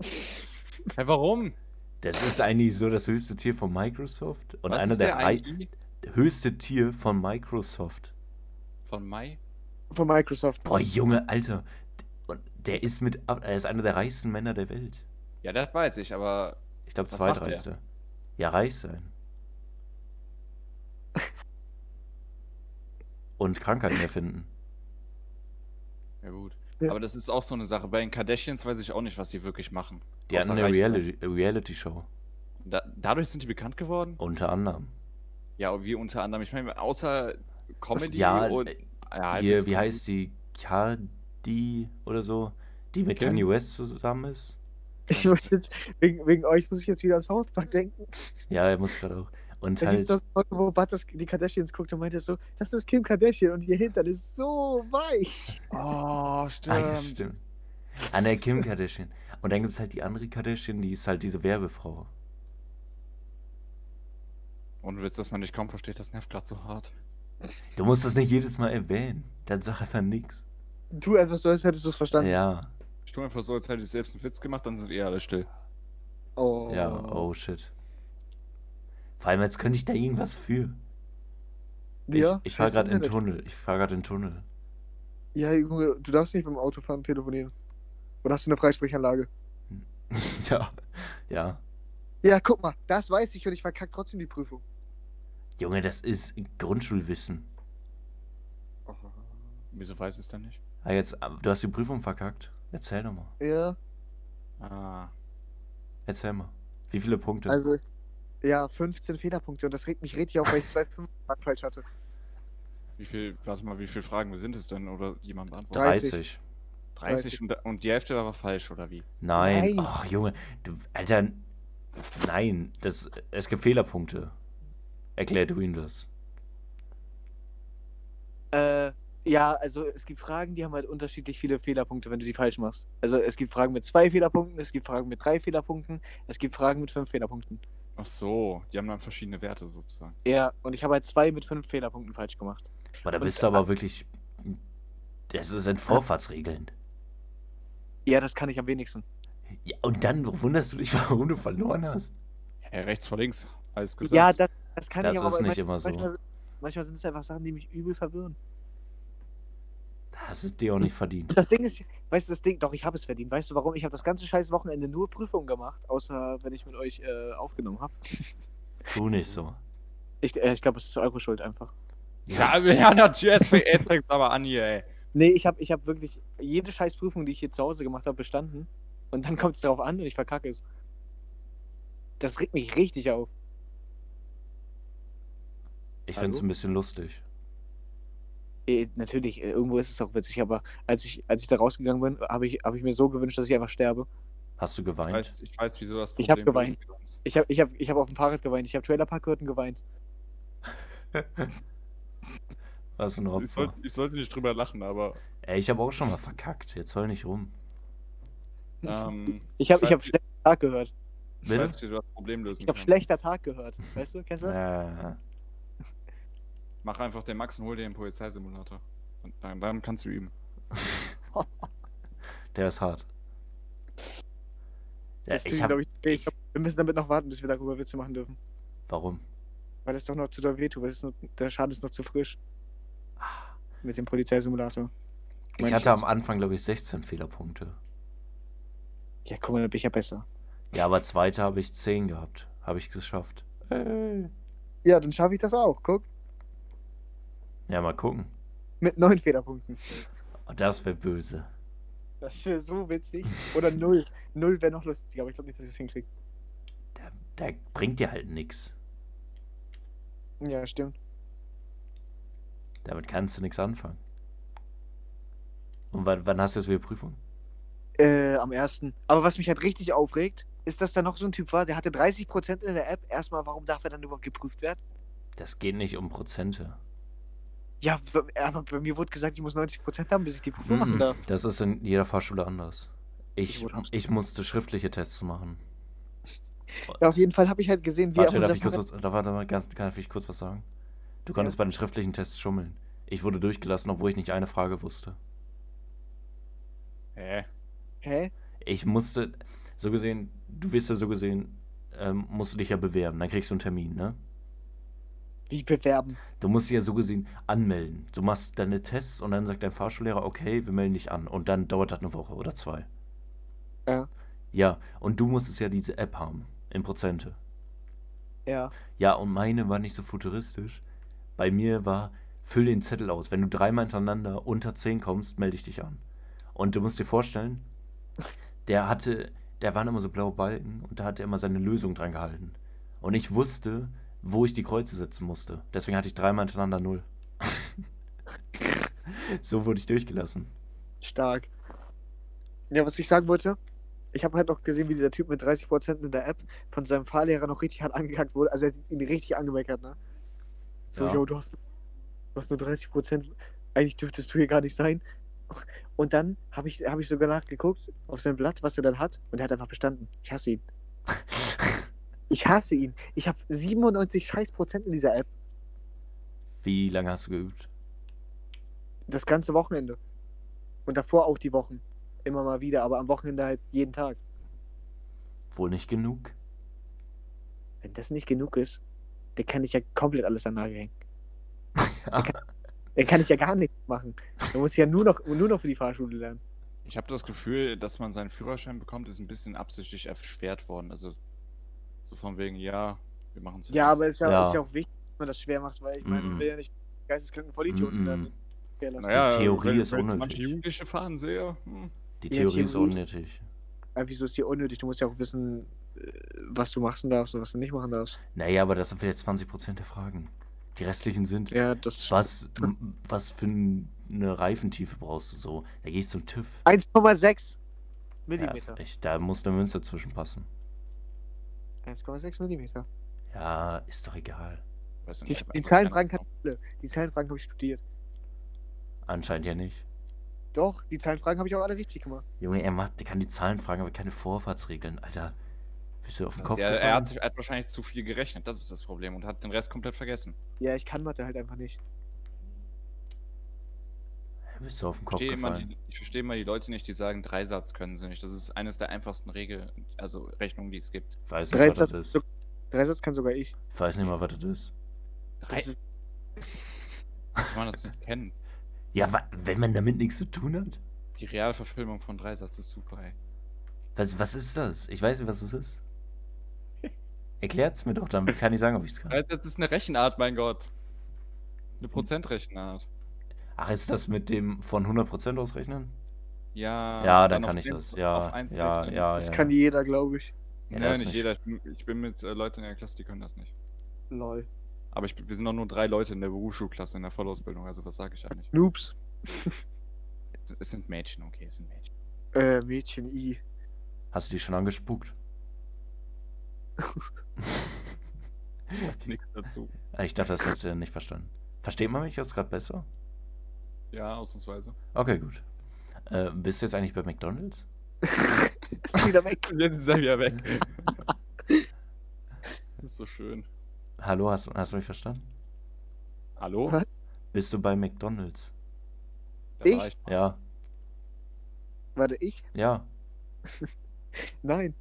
Speaker 1: Hä, warum?
Speaker 3: Das ist eigentlich so das höchste Tier von Microsoft und
Speaker 1: was
Speaker 3: einer
Speaker 1: ist
Speaker 3: der,
Speaker 1: der E
Speaker 3: ei-
Speaker 1: IE
Speaker 3: höchste Tier von Microsoft.
Speaker 1: von Mai?
Speaker 2: Von Microsoft.
Speaker 3: Boah, Junge, Alter. Und der ist mit, er ist einer der reichsten Männer der Welt.
Speaker 1: Ja, das weiß ich, aber
Speaker 3: Ich glaube,
Speaker 1: Was macht der?
Speaker 3: zweitreichste. Ja, reich sein. Und Krankheiten erfinden.
Speaker 1: ja gut.
Speaker 2: Ja.
Speaker 1: Aber das ist auch so eine Sache. Bei den Kardashians weiß ich auch nicht, was sie wirklich machen.
Speaker 3: Die hatten
Speaker 1: Außer
Speaker 3: eine
Speaker 1: reich sein.
Speaker 3: Reality- Reality-Show.
Speaker 1: Da, dadurch sind die bekannt geworden?
Speaker 3: unter anderem.
Speaker 1: Ja, wie unter anderem. Ich meine, außer Comedy
Speaker 3: ja,
Speaker 1: und.
Speaker 3: äh,
Speaker 1: Ja,
Speaker 3: hier,
Speaker 1: halbwegs
Speaker 3: wie
Speaker 1: Comedy.
Speaker 3: heißt die? Cardi oder so? Die mit
Speaker 1: Kim?
Speaker 3: Kanye West zusammen ist?
Speaker 2: Ich muss jetzt, wegen, wegen euch muss ich jetzt wieder ans South Park denken.
Speaker 3: Ja, er muss gerade auch. Und
Speaker 2: Da gibt es
Speaker 3: halt,
Speaker 2: doch eine Folge, wo Bud das, die Kardashians guckt und meinte so, das ist Kim Kardashian und ihr Hintern ist so weich.
Speaker 1: Oh,
Speaker 3: ah, ja,
Speaker 1: stimmt.
Speaker 3: stimmt. An der Kim Kardashian. Und dann gibt es halt die andere Kardashian, die ist halt diese Werbefrau.
Speaker 1: Und Witz, dass man dich kaum versteht, das nervt gerade so hart.
Speaker 3: Du musst das nicht jedes Mal erwähnen. Dann sag einfach nix.
Speaker 2: Du einfach so, als hättest du es verstanden.
Speaker 3: Ja,
Speaker 1: Ich tu einfach so, als hätte ich selbst einen Witz gemacht, dann sind eh alle still.
Speaker 2: Oh.
Speaker 3: ja, oh shit. Vor allem, jetzt könnte ich da irgendwas für.
Speaker 2: Ja,
Speaker 3: ich ich fahre
Speaker 2: heißt
Speaker 3: gerade in den
Speaker 2: Internet.
Speaker 3: Tunnel. Ich fahre gerade in den Tunnel.
Speaker 2: Ja, Junge, du darfst nicht beim Autofahren telefonieren. Oder hast du eine Freisprechanlage?
Speaker 3: ja, ja.
Speaker 2: Ja, guck mal, das weiß ich und ich verkack trotzdem die Prüfung.
Speaker 3: Junge, das ist Grundschulwissen.
Speaker 1: Wieso weiß es dann nicht?
Speaker 3: Ah, jetzt, ah, du hast die Prüfung verkackt. Erzähl doch mal.
Speaker 2: Ja,
Speaker 1: Ah.
Speaker 3: Erzähl mal. Wie viele Punkte?
Speaker 2: also, ja, 15 Fehlerpunkte und das regt mich richtig auf, weil ich zwei fünf Fragen falsch hatte.
Speaker 1: Wie viel, warte mal, wie viele Fragen sind es denn? Oder jemand beantwortet?
Speaker 3: 30.
Speaker 2: 30.
Speaker 1: und, da- und die Hälfte war aber falsch, oder wie?
Speaker 3: Nein.
Speaker 2: Nein.
Speaker 3: Ach, Junge. Du, Alter. Nein. Das, es gibt Fehlerpunkte. Erklär du ihm das.
Speaker 2: Äh, ja, also es gibt Fragen, die haben halt unterschiedlich viele Fehlerpunkte, wenn du die falsch machst. Also es gibt Fragen mit zwei Fehlerpunkten, es gibt Fragen mit drei Fehlerpunkten, es gibt Fragen mit fünf Fehlerpunkten.
Speaker 1: Ach so, die haben dann verschiedene Werte sozusagen.
Speaker 2: Ja, und ich habe halt zwei mit fünf Fehlerpunkten falsch gemacht.
Speaker 3: Aber da
Speaker 2: Und-
Speaker 3: bist du aber wirklich. Das sind Vorfahrtsregeln.
Speaker 2: Ja, das kann ich am wenigsten.
Speaker 3: Ja, und dann wunderst du dich, warum du verloren hast.
Speaker 1: Hey, rechts vor links, alles gesagt.
Speaker 2: Ja, das, das kann
Speaker 3: Das
Speaker 2: ich aber
Speaker 3: ist
Speaker 2: bei-
Speaker 3: nicht immer so.
Speaker 2: Manchmal, manchmal sind es einfach Sachen, die mich übel verwirren.
Speaker 3: Das hast du dir auch nicht verdient.
Speaker 2: Das Ding ist, weißt du, das Ding, doch, ich habe es verdient. Weißt du warum? Ich habe das ganze scheiß Wochenende nur Prüfungen gemacht, außer wenn ich mit euch äh, aufgenommen habe.
Speaker 3: Tu nicht so.
Speaker 2: Ich, äh, ich glaube, es ist eure Schuld einfach.
Speaker 1: ja, ja natürlich, jetzt fängt- jetzt fängt's aber an hier, ey.
Speaker 2: Nee, ich habe ich hab wirklich jede scheiß Prüfung, die ich hier zu Hause gemacht habe, bestanden. Und dann kommt es darauf an und ich verkacke es. Das regt mich richtig auf.
Speaker 3: Ich find's
Speaker 2: Hallo?
Speaker 3: ein bisschen lustig.
Speaker 2: Eh, natürlich, eh, irgendwo ist es auch witzig, aber als ich, als ich da rausgegangen bin, habe ich, hab ich mir so gewünscht, dass ich einfach sterbe.
Speaker 3: Hast du
Speaker 1: Ich
Speaker 3: geweint?
Speaker 1: weiß, ich weiß, wieso das
Speaker 2: Ich hab
Speaker 1: gelöst ist.
Speaker 2: Ich habe ich hab, ich hab auf dem Fahrrad geweint, ich habe Trailerparkhürden geweint.
Speaker 3: Was ein
Speaker 1: Ich
Speaker 3: Opfer.
Speaker 1: sollte, ich sollte nicht drüber lachen, aber.
Speaker 3: Ey, ich habe auch schon mal verkackt. Jetzt heul nicht rum.
Speaker 1: Ähm,
Speaker 2: ich habe ich
Speaker 1: weiß,
Speaker 2: hab
Speaker 1: wie-
Speaker 2: schlechter Tag gehört.
Speaker 1: ich
Speaker 3: Bitte?
Speaker 1: weiß, wie du das Problem lösen
Speaker 2: Ich habe
Speaker 1: kannst.
Speaker 2: schlechter Tag gehört. Weißt du, kennst du das?
Speaker 3: Äh,
Speaker 1: Mach einfach den Max und hol dir den Polizeisimulator. Und dann, dann kannst du üben.
Speaker 3: der ist hart. Ja,
Speaker 2: das
Speaker 3: ich
Speaker 2: Ding,
Speaker 3: hab,
Speaker 2: glaub ich, ich glaub, wir müssen damit noch warten, bis wir darüber Witze machen dürfen.
Speaker 3: Warum?
Speaker 2: Weil das doch noch zu doll wehtut, weil das ist noch, der Schaden ist noch zu frisch. Mit dem Polizeisimulator.
Speaker 3: Ich
Speaker 2: Mein
Speaker 3: hatte
Speaker 2: Schatz.
Speaker 3: am Anfang, glaube ich, 16 Fehlerpunkte.
Speaker 2: Ja, guck mal, da bin ich ja besser.
Speaker 3: Ja, aber zweite habe ich 10 gehabt. Habe ich geschafft.
Speaker 2: Äh. Ja, dann schaffe ich das auch. Guck.
Speaker 3: Ja, mal gucken.
Speaker 2: Mit neun Fehlerpunkten.
Speaker 3: Oh, das wäre böse.
Speaker 2: Das wäre so witzig. Oder null. Null wäre noch lustig, aber ich glaube nicht, dass ich es hinkriege.
Speaker 3: Da, da bringt dir halt nichts.
Speaker 2: Ja, stimmt.
Speaker 3: Damit kannst du nichts anfangen. Und wann, wann hast du jetzt wieder Prüfung?
Speaker 2: Äh, am ersten. Aber was mich halt richtig aufregt, ist, dass da noch so ein Typ war, der hatte 30% in der App. Erstmal, warum darf er dann überhaupt geprüft werden?
Speaker 3: Das geht nicht um Prozente.
Speaker 2: Ja, w- aber bei mir wurde gesagt, ich muss 90% haben, bis ich die Prüfung machen
Speaker 3: Mhm.
Speaker 2: darf.
Speaker 3: Das ist in jeder Fahrschule anders. Ich,
Speaker 2: Ich wurde abs-
Speaker 3: ich musste schriftliche Tests machen.
Speaker 2: Ja, auf jeden Fall habe ich halt gesehen, wie
Speaker 3: Warte,
Speaker 2: auf
Speaker 3: darf
Speaker 2: unserer
Speaker 3: ich, kurz was, darf, darf, ganz, darf ich kurz was sagen? Du konntest bei den schriftlichen Tests schummeln. Ich wurde durchgelassen, obwohl ich nicht eine Frage wusste.
Speaker 1: Hä?
Speaker 2: Hä?
Speaker 3: Ich musste, so gesehen, du wirst ja so gesehen, ähm, musst du dich ja bewerben, dann kriegst du einen Termin, ne?
Speaker 2: Wie bewerben?
Speaker 3: Du musst dich ja so gesehen anmelden. Du machst deine Tests und dann sagt dein Fahrschullehrer, okay, wir melden dich an. Und dann dauert das eine Woche oder zwei.
Speaker 2: Ja.
Speaker 3: Ja, und du musstest ja diese App haben, in Prozente.
Speaker 2: Ja.
Speaker 3: Ja, und meine war nicht so futuristisch. Bei mir war, füll den Zettel aus. Wenn du dreimal hintereinander unter 10 kommst, melde ich dich an. Und du musst dir vorstellen, der hatte, da waren immer so blaue Balken und da hat er immer seine Lösung dran gehalten. Und ich wusste, wo ich die Kreuze setzen musste. Deswegen hatte ich dreimal hintereinander null. so wurde ich durchgelassen.
Speaker 2: Stark. Ja, was ich sagen wollte, ich habe halt noch gesehen, wie dieser Typ mit 30% in der App von seinem Fahrlehrer noch richtig hart angekackt wurde. Also er hat ihn richtig angemeckert, ne? So,
Speaker 3: Ja.
Speaker 2: yo, du hast, du hast nur 30%, eigentlich dürftest du hier gar nicht sein. Und dann habe ich, hab ich sogar nachgeguckt auf sein Blatt, was er dann hat, und er hat einfach bestanden. Ich hasse ihn. Ich hasse ihn. Ich habe 97 scheiß Prozent in dieser App.
Speaker 3: Wie lange hast du geübt?
Speaker 2: Das ganze Wochenende. Und davor auch die Wochen. Immer mal wieder, aber am Wochenende halt jeden Tag.
Speaker 3: Wohl nicht genug?
Speaker 2: Wenn das nicht genug ist, dann kann ich ja komplett alles an den Nagel hängen. Dann kann, dann kann ich ja gar nichts machen. Dann muss ich ja nur noch, nur noch für die Fahrschule lernen.
Speaker 1: Ich habe das Gefühl, dass man seinen Führerschein bekommt, ist ein bisschen absichtlich erschwert worden. Also, so von wegen, ja, wir machen es
Speaker 2: Ja, aber es ist ja,
Speaker 3: Ja.
Speaker 2: Ist ja auch wichtig, dass man das schwer macht, weil ich meine,
Speaker 3: Mhm.
Speaker 2: man will ja nicht geisteskranken Vollidioten
Speaker 3: Mhm.
Speaker 2: lernen. Ja, lass-
Speaker 1: naja,
Speaker 3: die Theorie
Speaker 1: wenn,
Speaker 3: ist
Speaker 1: wenn ich
Speaker 3: unnötig.
Speaker 1: Manche Jugendliche fahren sehe. Hm.
Speaker 3: Die
Speaker 2: Ja,
Speaker 3: Theorie ist
Speaker 2: Theorie-
Speaker 3: unnötig.
Speaker 2: Aber wieso ist hier unnötig? Du musst ja auch wissen, äh, was du machen darfst und was du nicht machen darfst.
Speaker 3: Naja, aber das sind jetzt 20% der Fragen. Die restlichen sind,
Speaker 2: Ja, das.
Speaker 3: was, m- was für n- eine Reifentiefe brauchst du so? Da gehe ich zum TÜV.
Speaker 2: 1,6
Speaker 3: Ja,
Speaker 2: Millimeter.
Speaker 3: ich, da muss eine Münze zwischenpassen.
Speaker 2: 1,6 Millimeter.
Speaker 3: Ja, ist doch egal.
Speaker 1: Weiß
Speaker 2: Die,
Speaker 1: nicht,
Speaker 2: die
Speaker 1: keine
Speaker 2: Zahlenfragen
Speaker 1: Ahnung.
Speaker 2: kann alle. Die Zahlenfragen habe ich studiert.
Speaker 3: Anscheinend ja nicht.
Speaker 2: Doch, die Zahlenfragen habe ich auch alle richtig gemacht.
Speaker 3: Junge, er macht, der kann die Zahlen fragen, aber keine Vorfahrtsregeln. Alter, bist du auf den Kopf
Speaker 1: Also er, er
Speaker 3: gefallen?
Speaker 1: hat, sich, er hat wahrscheinlich zu viel gerechnet, das ist das Problem, und hat den Rest komplett vergessen.
Speaker 2: Ja, ich kann Mathe halt einfach nicht.
Speaker 3: Bist du auf den
Speaker 1: Ich
Speaker 3: Kopf
Speaker 1: verstehe, immer
Speaker 3: gefallen?
Speaker 1: die, ich verstehe immer die Leute nicht, die sagen, Dreisatz können sie nicht. Das ist eines der einfachsten Regel, also Rechnungen, die es gibt.
Speaker 3: Ich weiß nicht, was das
Speaker 2: Dreisatz,
Speaker 3: ist.
Speaker 2: Dreisatz kann sogar ich.
Speaker 3: Ich weiß nicht mal, was das ist.
Speaker 1: Drei,
Speaker 2: Das ist,
Speaker 1: kann man das nicht kennen?
Speaker 3: Ja, wa- wenn man damit nichts zu tun hat?
Speaker 1: Die Realverfilmung von Dreisatz ist super, ey.
Speaker 3: Was, was ist das? Ich weiß nicht, was es ist. Erklärt's mir doch, damit kann ich sagen, ob ich's kann.
Speaker 1: Dreisatz ist eine Rechenart, mein Gott. Eine Prozentrechenart.
Speaker 3: Ach, ist das mit dem von 100% ausrechnen?
Speaker 1: Ja,
Speaker 3: Ja,
Speaker 1: und
Speaker 3: dann
Speaker 1: Ah, auf
Speaker 3: kann ich
Speaker 1: eins-
Speaker 3: das. Ja,
Speaker 1: auf eins
Speaker 3: ja,
Speaker 1: rechnen.
Speaker 3: ja,
Speaker 2: das
Speaker 3: ja.
Speaker 2: kann jeder, glaube ich.
Speaker 3: Ja,
Speaker 1: Nö,
Speaker 3: das
Speaker 1: nicht
Speaker 3: nicht-
Speaker 1: jeder. Ich bin- Ich bin mit äh, Leuten in der Klasse, die können das nicht.
Speaker 2: Lol.
Speaker 1: Aber ich, bin- wir sind doch nur drei Leute in der Berufsschulklasse, in der Vollausbildung, also was sage ich eigentlich?
Speaker 2: Noobs.
Speaker 1: Es- Es sind Mädchen, okay, es sind Mädchen.
Speaker 2: Äh, Mädchen I.
Speaker 3: Hast du die schon angespuckt?
Speaker 1: Ich sag nichts dazu.
Speaker 3: Ah, ich dachte, das hätte er nicht verstanden. Versteht man mich jetzt gerade besser?
Speaker 1: Ja, ausnahmsweise.
Speaker 3: Okay, gut. Äh, bist du jetzt eigentlich bei McDonalds?
Speaker 2: Ist wieder weg.
Speaker 1: Und jetzt ist er wieder weg. das ist so schön.
Speaker 3: Hallo, hast, du- hast du mich verstanden?
Speaker 1: Hallo?
Speaker 2: Was?
Speaker 3: Bist du bei McDonalds?
Speaker 1: Da
Speaker 2: Ich?
Speaker 1: war ich.
Speaker 3: Ja,
Speaker 2: Warte, ich?
Speaker 3: ja.
Speaker 2: Nein.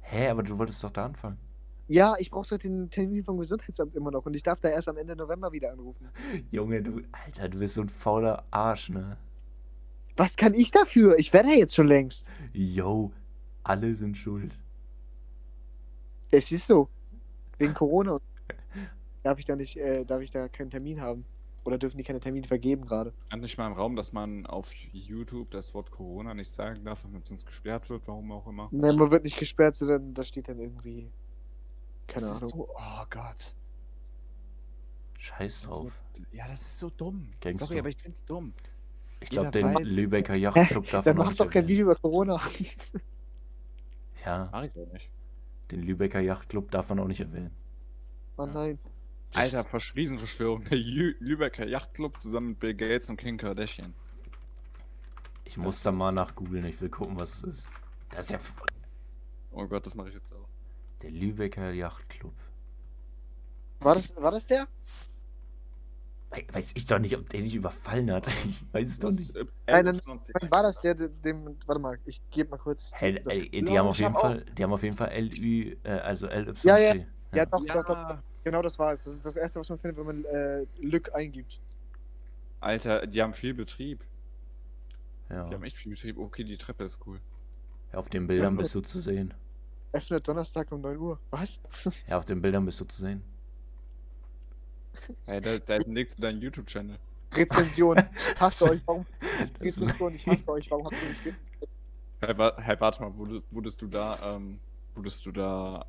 Speaker 3: Hä, aber du wolltest doch da anfangen.
Speaker 2: Ja, ich brauche doch den Termin vom Gesundheitsamt immer noch und ich darf da erst am Ende November wieder anrufen.
Speaker 3: Junge, du, Alter, du bist so ein fauler Arsch, ne?
Speaker 2: Was kann ich dafür? Ich werde ja jetzt schon längst.
Speaker 3: Yo, alle sind schuld.
Speaker 2: Es ist so. Wegen Corona. Darf ich da nicht, äh, darf ich da keinen Termin haben? Oder dürfen die keine Termine vergeben gerade?
Speaker 1: Stand nicht mal im Raum, dass man auf YouTube das Wort Corona nicht sagen darf, wenn es uns gesperrt wird, warum auch immer.
Speaker 2: Nein, man wird nicht gesperrt, sondern da steht dann irgendwie. Keine
Speaker 1: das ist
Speaker 2: Ahnung.
Speaker 1: so, oh Gott.
Speaker 3: Scheiß
Speaker 1: Das ist so,
Speaker 3: drauf.
Speaker 1: ja, das ist so dumm.
Speaker 3: Denkst
Speaker 1: Sorry,
Speaker 3: du?
Speaker 1: aber ich find's dumm.
Speaker 3: Ich glaube,
Speaker 1: jeder
Speaker 3: den
Speaker 1: weiß-
Speaker 3: Lübecker Yachtclub darf
Speaker 2: Dann
Speaker 3: man
Speaker 2: mach
Speaker 3: nicht
Speaker 2: doch kein
Speaker 3: erwähnen.
Speaker 2: Video über Corona.
Speaker 3: Ja,
Speaker 1: Mach ich doch nicht.
Speaker 3: den Lübecker Yachtclub darf man auch nicht erwähnen.
Speaker 2: Oh nein.
Speaker 1: Alter, Versch Riesenverschwörung. Der Jü- Lübecker Yachtclub zusammen mit Bill Gates und Kim Kardashian.
Speaker 3: Ich muss da mal nach googeln, ich will gucken, was es ist. Das ist ja f-
Speaker 1: Oh Gott, das mache ich jetzt auch.
Speaker 3: der Lübecker Yachtclub.
Speaker 2: War das, war das der?
Speaker 3: We- Weiß ich doch nicht, ob der dich überfallen hat. Ich weiß es doch
Speaker 1: Das,
Speaker 3: nicht.
Speaker 1: äh,
Speaker 2: Nein, nein,
Speaker 1: LYC.
Speaker 2: Wann war das der, der- dem, warte mal, ich gebe mal kurz. zu-
Speaker 3: Hey,
Speaker 2: das-
Speaker 3: ey,
Speaker 1: glaub
Speaker 3: die, haben auf
Speaker 1: ich
Speaker 3: jeden
Speaker 1: hab
Speaker 3: Fall, die haben auf jeden Fall LÜ, äh, also LYC.
Speaker 2: Ja, ja. ja,
Speaker 3: ja.
Speaker 2: doch,
Speaker 1: Ja,
Speaker 2: doch, doch, genau das war es. Das ist das Erste, was man findet, wenn man äh, Lück eingibt.
Speaker 1: Alter, die haben viel Betrieb.
Speaker 3: Ja.
Speaker 1: Die haben echt viel Betrieb. Okay, die Treppe ist cool.
Speaker 3: Ja, Auf den Bildern bist du zu sehen.
Speaker 2: Öffnet Donnerstag um 9 Uhr. Was?
Speaker 3: Ja, auf den Bildern bist du zu sehen.
Speaker 1: Ey, da, da legst du deinen YouTube-Channel.
Speaker 2: Rezension. Ich hasse euch, warum
Speaker 3: Das
Speaker 2: Rezension? Ich hasse euch, warum habt ihr nicht ge-
Speaker 1: Hey, wa hey, warte mal, wurde- wurdest du da, ähm, wurdest du da,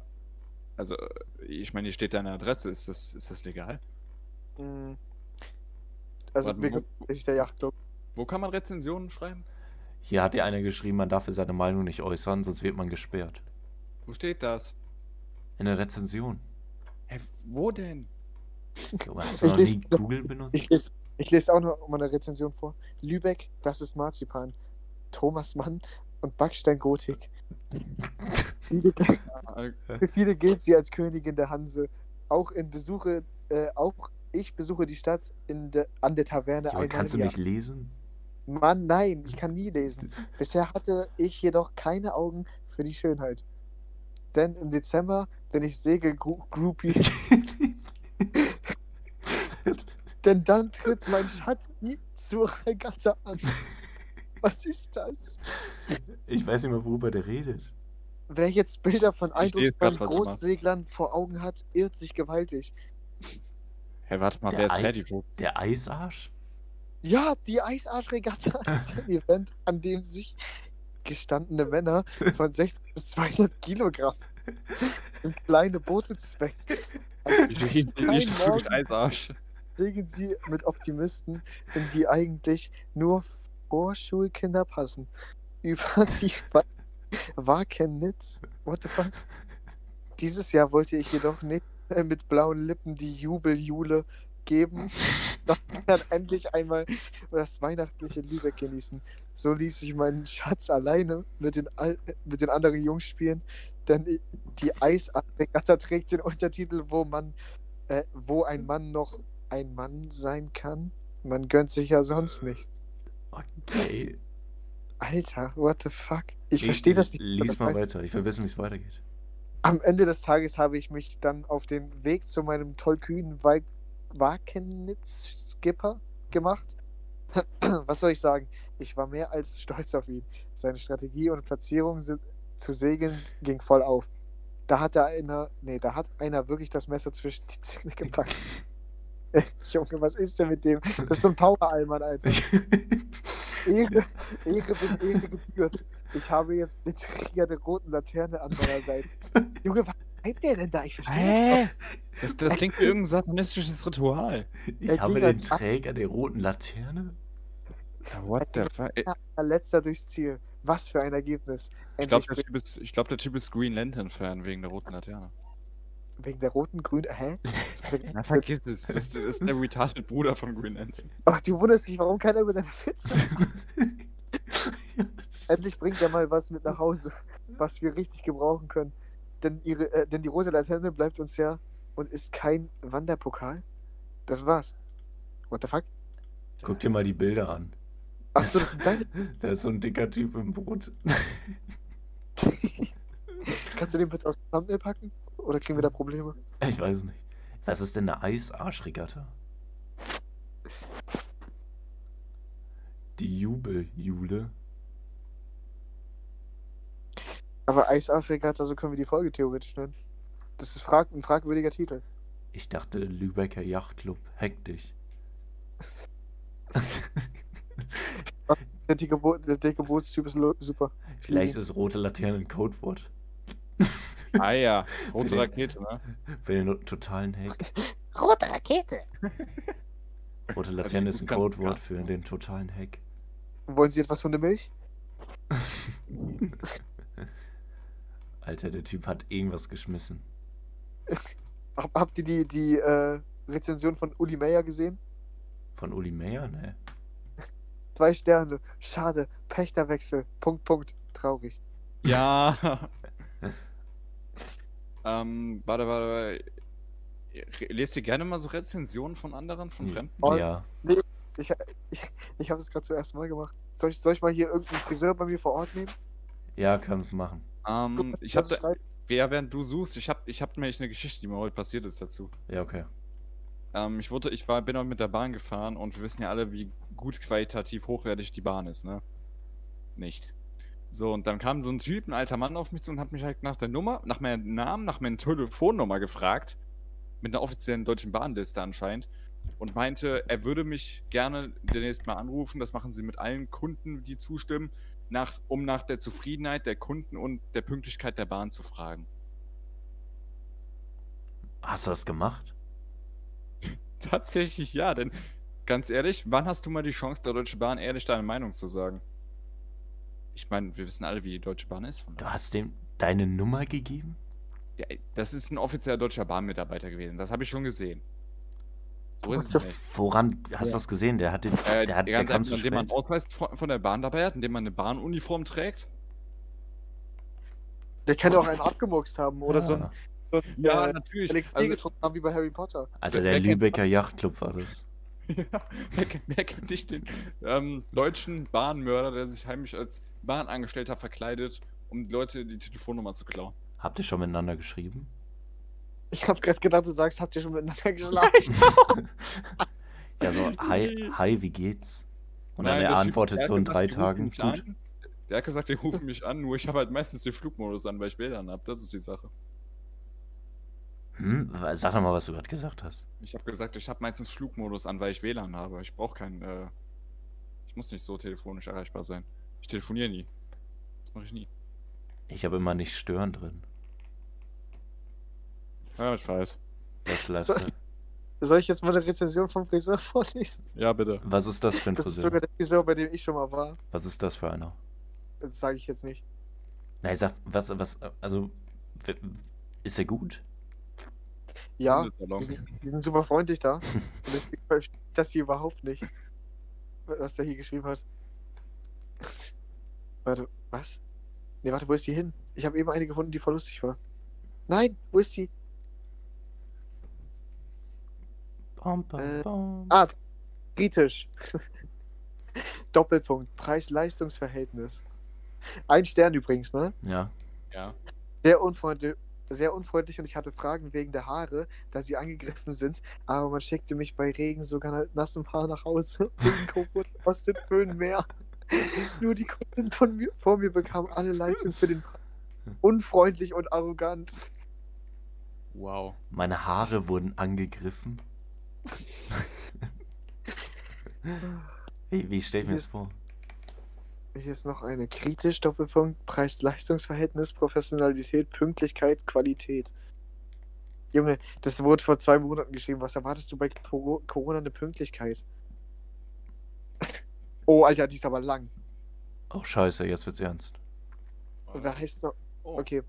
Speaker 1: also, äh, ich meine, hier steht deine Adresse, ist das, ist das legal?
Speaker 2: Mm. Also,
Speaker 1: Mhm. Warte,
Speaker 2: mir
Speaker 1: wo-
Speaker 2: gefällt nicht der Yachtclub.
Speaker 1: Wo kann man Rezensionen schreiben?
Speaker 3: Hier hat dir einer geschrieben, man darf seine Meinung nicht äußern, sonst wird man gesperrt.
Speaker 1: Wo steht das?
Speaker 3: In der Rezension.
Speaker 1: Hä, wo denn?
Speaker 3: Junge, hast
Speaker 2: Ich
Speaker 3: du noch nie
Speaker 2: lese-
Speaker 3: Google benutzt?
Speaker 2: Ich lese, ich lese auch noch mal eine Rezension vor. Lübeck, das ist Marzipan. Thomas Mann und Backstein Gotik. Lübeck-
Speaker 1: Ah, äh,
Speaker 2: Für viele gilt sie als Königin der Hanse. Auch in Besuche, äh, auch ich besuche die Stadt in der- an der Taverne
Speaker 3: Junge,
Speaker 2: einmal
Speaker 3: kannst du
Speaker 2: im Jahr.
Speaker 3: nicht lesen?
Speaker 2: Mann, nein, ich kann nie lesen. Bisher hatte ich jedoch keine Augen für die Schönheit. Denn im Dezember bin ich Segel-Groupie. Denn dann tritt mein Schatzi zur Regatta an. Was ist das?
Speaker 3: Ich weiß nicht mal, worüber der redet.
Speaker 2: Wer jetzt Bilder von
Speaker 1: Ich lese grad,
Speaker 2: eindrucksvollen
Speaker 1: was er macht.
Speaker 2: Großseglern vor Augen hat, irrt sich gewaltig.
Speaker 1: Hey, warte mal,
Speaker 3: Der
Speaker 1: wer ist
Speaker 3: Ei-
Speaker 1: fertig? Wo-
Speaker 3: Der Eisarsch?
Speaker 2: Ja, die Eisarschregatta ist ein Event, an dem sich gestandene Männer von 60 bis 200 Kilogramm in kleine Boote zwängen. Also Als
Speaker 1: Ich ich- ich-
Speaker 2: Morgen.
Speaker 1: mit Eisarsch.
Speaker 2: segeln sie mit Optimisten, in die eigentlich nur Vorschulkinder passen. Über die Wa- Wakenitz. What the fuck? Dieses Jahr wollte ich jedoch nicht äh, mit blauen Lippen die Jubeljule geben, sondern endlich einmal das weihnachtliche Lübeck genießen. So ließ ich meinen Schatz alleine mit den, Al äh, mit den anderen Jungs spielen, denn i- die Eisregatta trägt den Untertitel, wo man, äh, wo ein Mann noch ein Mann sein kann. Man gönnt sich ja sonst nicht.
Speaker 3: Okay.
Speaker 2: Alter, what the fuck? Ich verstehe das nicht.
Speaker 3: Lies mal weiter, ich will wissen, wie es weitergeht.
Speaker 2: Am Ende des Tages habe ich mich dann auf den Weg zu meinem tollkühnen Wa- Wakenitz-Skipper gemacht. Was soll ich sagen? Ich war mehr als stolz auf ihn. Seine Strategie und Platzierung sind, zu segeln ging voll auf. Da hat da einer, nee, da hat einer wirklich das Messer zwischen die Zähne gepackt. Junge, was ist denn mit dem? Das ist so ein Power-Allmann einfach. Ehre, Ehre bin Ehre gebührt. Ich habe jetzt den Träger der roten Laterne an meiner Seite. Junge, was schreibt der denn da? Ich verstehe
Speaker 1: Hä? Das, das klingt wie irgendein satanistisches Ritual.
Speaker 3: Ich
Speaker 2: Er
Speaker 3: habe
Speaker 2: ging
Speaker 3: den
Speaker 2: als Ab-
Speaker 3: Träger der roten Laterne.
Speaker 1: What the fuck? Äh, Ich
Speaker 2: das. nicht. Letzter durchs Ziel. Was für ein Ergebnis.
Speaker 1: glaube,
Speaker 2: Endlich
Speaker 1: der, Typ ist- ich glaub, der Typ ist Green Lantern-Fan wegen der roten Laterne.
Speaker 2: bin- wegen der roten, grünen. Hä?
Speaker 1: Na, vergiss es. Das ist, das ist der retarded Bruder von Green Lantern.
Speaker 2: Ach, du wunderst dich, warum keiner über deine Witze Endlich bringt er mal was mit nach Hause, was wir richtig gebrauchen können. Denn, ihre, äh, denn die rote Laterne bleibt uns ja und ist kein Wanderpokal. Das war's. What the fuck?
Speaker 3: Guck dir mal die Bilder an.
Speaker 2: Achso, das sind seine.
Speaker 3: Da ist so ein dicker Typ im Boot.
Speaker 2: Kannst du den bitte aus dem Thumbnail packen? Oder kriegen wir da Probleme?
Speaker 3: Ich weiß nicht. Was ist denn eine Eisarschregatta? Die Jubeljule.
Speaker 2: Aber Eisafregatta, so können wir die Folge theoretisch nennen. Das ist frag ein fragwürdiger Titel.
Speaker 3: Ich dachte, Lübecker Yachtclub. Hektisch.
Speaker 2: Der dicke, Bo der dicke Bootstyp ist lo- super.
Speaker 3: Vielleicht ist rote Laterne ein Codewort.
Speaker 1: Ah ja, rote
Speaker 3: den-
Speaker 1: Rakete, ne?
Speaker 3: Für den totalen Hack.
Speaker 2: Rote Rakete!
Speaker 3: Rote Laterne ist ein
Speaker 1: Ganz
Speaker 3: Codewort
Speaker 1: klar.
Speaker 3: für den totalen Hack.
Speaker 2: Wollen Sie etwas Hundemilch?
Speaker 3: Alter, der Typ hat irgendwas geschmissen.
Speaker 2: Hab, habt ihr die, die äh, Rezension von Uli Meyer gesehen?
Speaker 3: Von Uli Meyer, ne?
Speaker 2: Zwei Sterne. Schade. Pächterwechsel. Punkt, Punkt. Traurig.
Speaker 1: Ja. ähm, warte, warte, warte. Lest ihr gerne mal so Rezensionen von anderen, von Fremden?
Speaker 2: Oh.
Speaker 3: Ja.
Speaker 2: Ich habe das gerade zum ersten Mal gemacht. Soll ich, soll ich mal hier irgendeinen Friseur bei mir vor Ort nehmen?
Speaker 3: Ja, kann machen.
Speaker 1: Ähm, ich
Speaker 2: Kannst du
Speaker 1: habe,
Speaker 2: schreiben?
Speaker 1: ja, während du suchst, ich habe, ich hab nämlich eine Geschichte, die mir heute passiert ist dazu.
Speaker 3: Ja, okay.
Speaker 1: Ähm, ich wurde, ich war, bin auch mit der Bahn gefahren und wir wissen ja alle, wie gut qualitativ hochwertig die Bahn ist, ne? Nicht. So, und dann kam so ein Typ, ein alter Mann auf mich zu und hat mich halt nach der Nummer, nach meinem Namen, nach meiner Telefonnummer gefragt. Mit einer offiziellen deutschen Bahnliste anscheinend. Und meinte, er würde mich gerne demnächst mal anrufen. Das machen sie mit allen Kunden, die zustimmen, nach, um nach der Zufriedenheit der Kunden und der Pünktlichkeit der Bahn zu fragen.
Speaker 3: Hast du das gemacht?
Speaker 1: Tatsächlich ja, denn ganz ehrlich, wann hast du mal die Chance, der Deutsche Bahn ehrlich deine Meinung zu sagen? Ich meine, wir wissen alle, wie die Deutsche Bahn ist. Von
Speaker 3: Du hast dem deine Nummer gegeben?
Speaker 1: ja, ey, das ist ein offizieller deutscher Bahnmitarbeiter gewesen. Das habe ich schon gesehen. So ist
Speaker 2: the
Speaker 1: es nicht.
Speaker 3: Woran hast du das gesehen? Der hat den.
Speaker 1: Äh,
Speaker 3: der hat, der
Speaker 1: ganz
Speaker 3: kam
Speaker 1: einfach,
Speaker 3: zu
Speaker 1: indem man
Speaker 3: spät.
Speaker 1: einen Ausweis von, von der Bahn dabei hat, indem man eine Bahnuniform trägt.
Speaker 2: Der kann auch einen abgemuxt haben. Oder so ein
Speaker 3: Ja.
Speaker 2: so ein,
Speaker 1: Ja,
Speaker 2: äh,
Speaker 1: natürlich.
Speaker 2: LXD
Speaker 1: Also,
Speaker 2: getrunken haben wie bei Harry Potter.
Speaker 3: Alter,
Speaker 1: Das
Speaker 3: der
Speaker 1: erkennt-
Speaker 3: Lübecker Yachtclub war das.
Speaker 1: Ja, wer, kennt- wer kennt nicht den ähm, deutschen Bahnmörder, der sich heimlich als Bahnangestellter verkleidet, um die Leute die Telefonnummer zu klauen?
Speaker 3: Habt ihr schon miteinander geschrieben?
Speaker 2: Ich habe gerade gedacht, du sagst, habt ihr schon miteinander geschlafen?
Speaker 3: Ja, so, hi, hi, wie geht's? Und dann
Speaker 1: Nein, der
Speaker 3: er
Speaker 1: Typ,
Speaker 3: antwortet
Speaker 1: der
Speaker 3: so
Speaker 1: hat
Speaker 3: in
Speaker 1: gesagt,
Speaker 3: drei
Speaker 1: die rufen
Speaker 3: Tagen.
Speaker 1: mich
Speaker 3: Gut.
Speaker 1: An. Der hat gesagt, die rufen mich an, nur ich habe halt meistens den Flugmodus an, weil ich WLAN habe. Das ist die Sache.
Speaker 3: Hm, sag doch mal, was du gerade gesagt hast.
Speaker 1: Ich habe gesagt, ich habe meistens Flugmodus an, weil ich WLAN habe. Ich brauche keinen. Äh, ich muss nicht so telefonisch erreichbar sein. Ich telefoniere nie. Das mache ich nie.
Speaker 3: Ich habe immer nicht stören drin.
Speaker 1: Ja, ich weiß.
Speaker 3: Das leiste.
Speaker 2: Sorry. Soll ich jetzt mal eine Rezension vom Friseur vorlesen?
Speaker 1: Ja, bitte.
Speaker 3: Was ist das für ein
Speaker 2: Das ist
Speaker 3: Friseur?
Speaker 2: sogar der Friseur, bei dem ich schon mal war.
Speaker 3: Was ist das für einer?
Speaker 2: Das sage ich jetzt nicht.
Speaker 3: Nein, sag, was, was, also, w- ist er gut?
Speaker 1: Also
Speaker 2: Ja, die
Speaker 1: Hundesalon.
Speaker 2: sind, die sind super freundlich da. Und deswegen verstehe ich das hier überhaupt nicht. Was der hier geschrieben hat. Warte, was? Ne, warte, wo ist die hin? Ich habe eben eine gefunden, die voll lustig war. Nein, wo ist die?
Speaker 3: Bom, bom,
Speaker 2: Äh,
Speaker 3: bom.
Speaker 2: Ah, kritisch. Doppelpunkt. Preis-Leistungs-Verhältnis. Ein Stern übrigens, ne?
Speaker 3: Ja.
Speaker 1: Ja.
Speaker 2: Sehr unfreundlich, sehr unfreundlich und ich hatte Fragen wegen der Haare, da sie angegriffen sind, aber man schickte mich bei Regen sogar mit nassem Haar nach Hause. Wegen Corona kostet Föhn mehr. Nur die Kunden von mir, vor mir bekamen alle Leistung für den Preis. Unfreundlich und arrogant.
Speaker 1: Wow.
Speaker 3: Meine Haare wurden angegriffen. wie, wie stell ich mir das vor?
Speaker 2: Hier ist noch eine kritisch Doppelpunkt Preis-Leistungsverhältnis, Professionalität, Pünktlichkeit, Qualität. Junge, das wurde vor zwei Monaten geschrieben. Was erwartest du bei Coro- Corona eine Pünktlichkeit? Oh, Alter, die ist aber lang.
Speaker 3: Oh, scheiße, jetzt wird's ernst.
Speaker 2: Und wer heißt noch?
Speaker 1: Oh.
Speaker 2: Okay,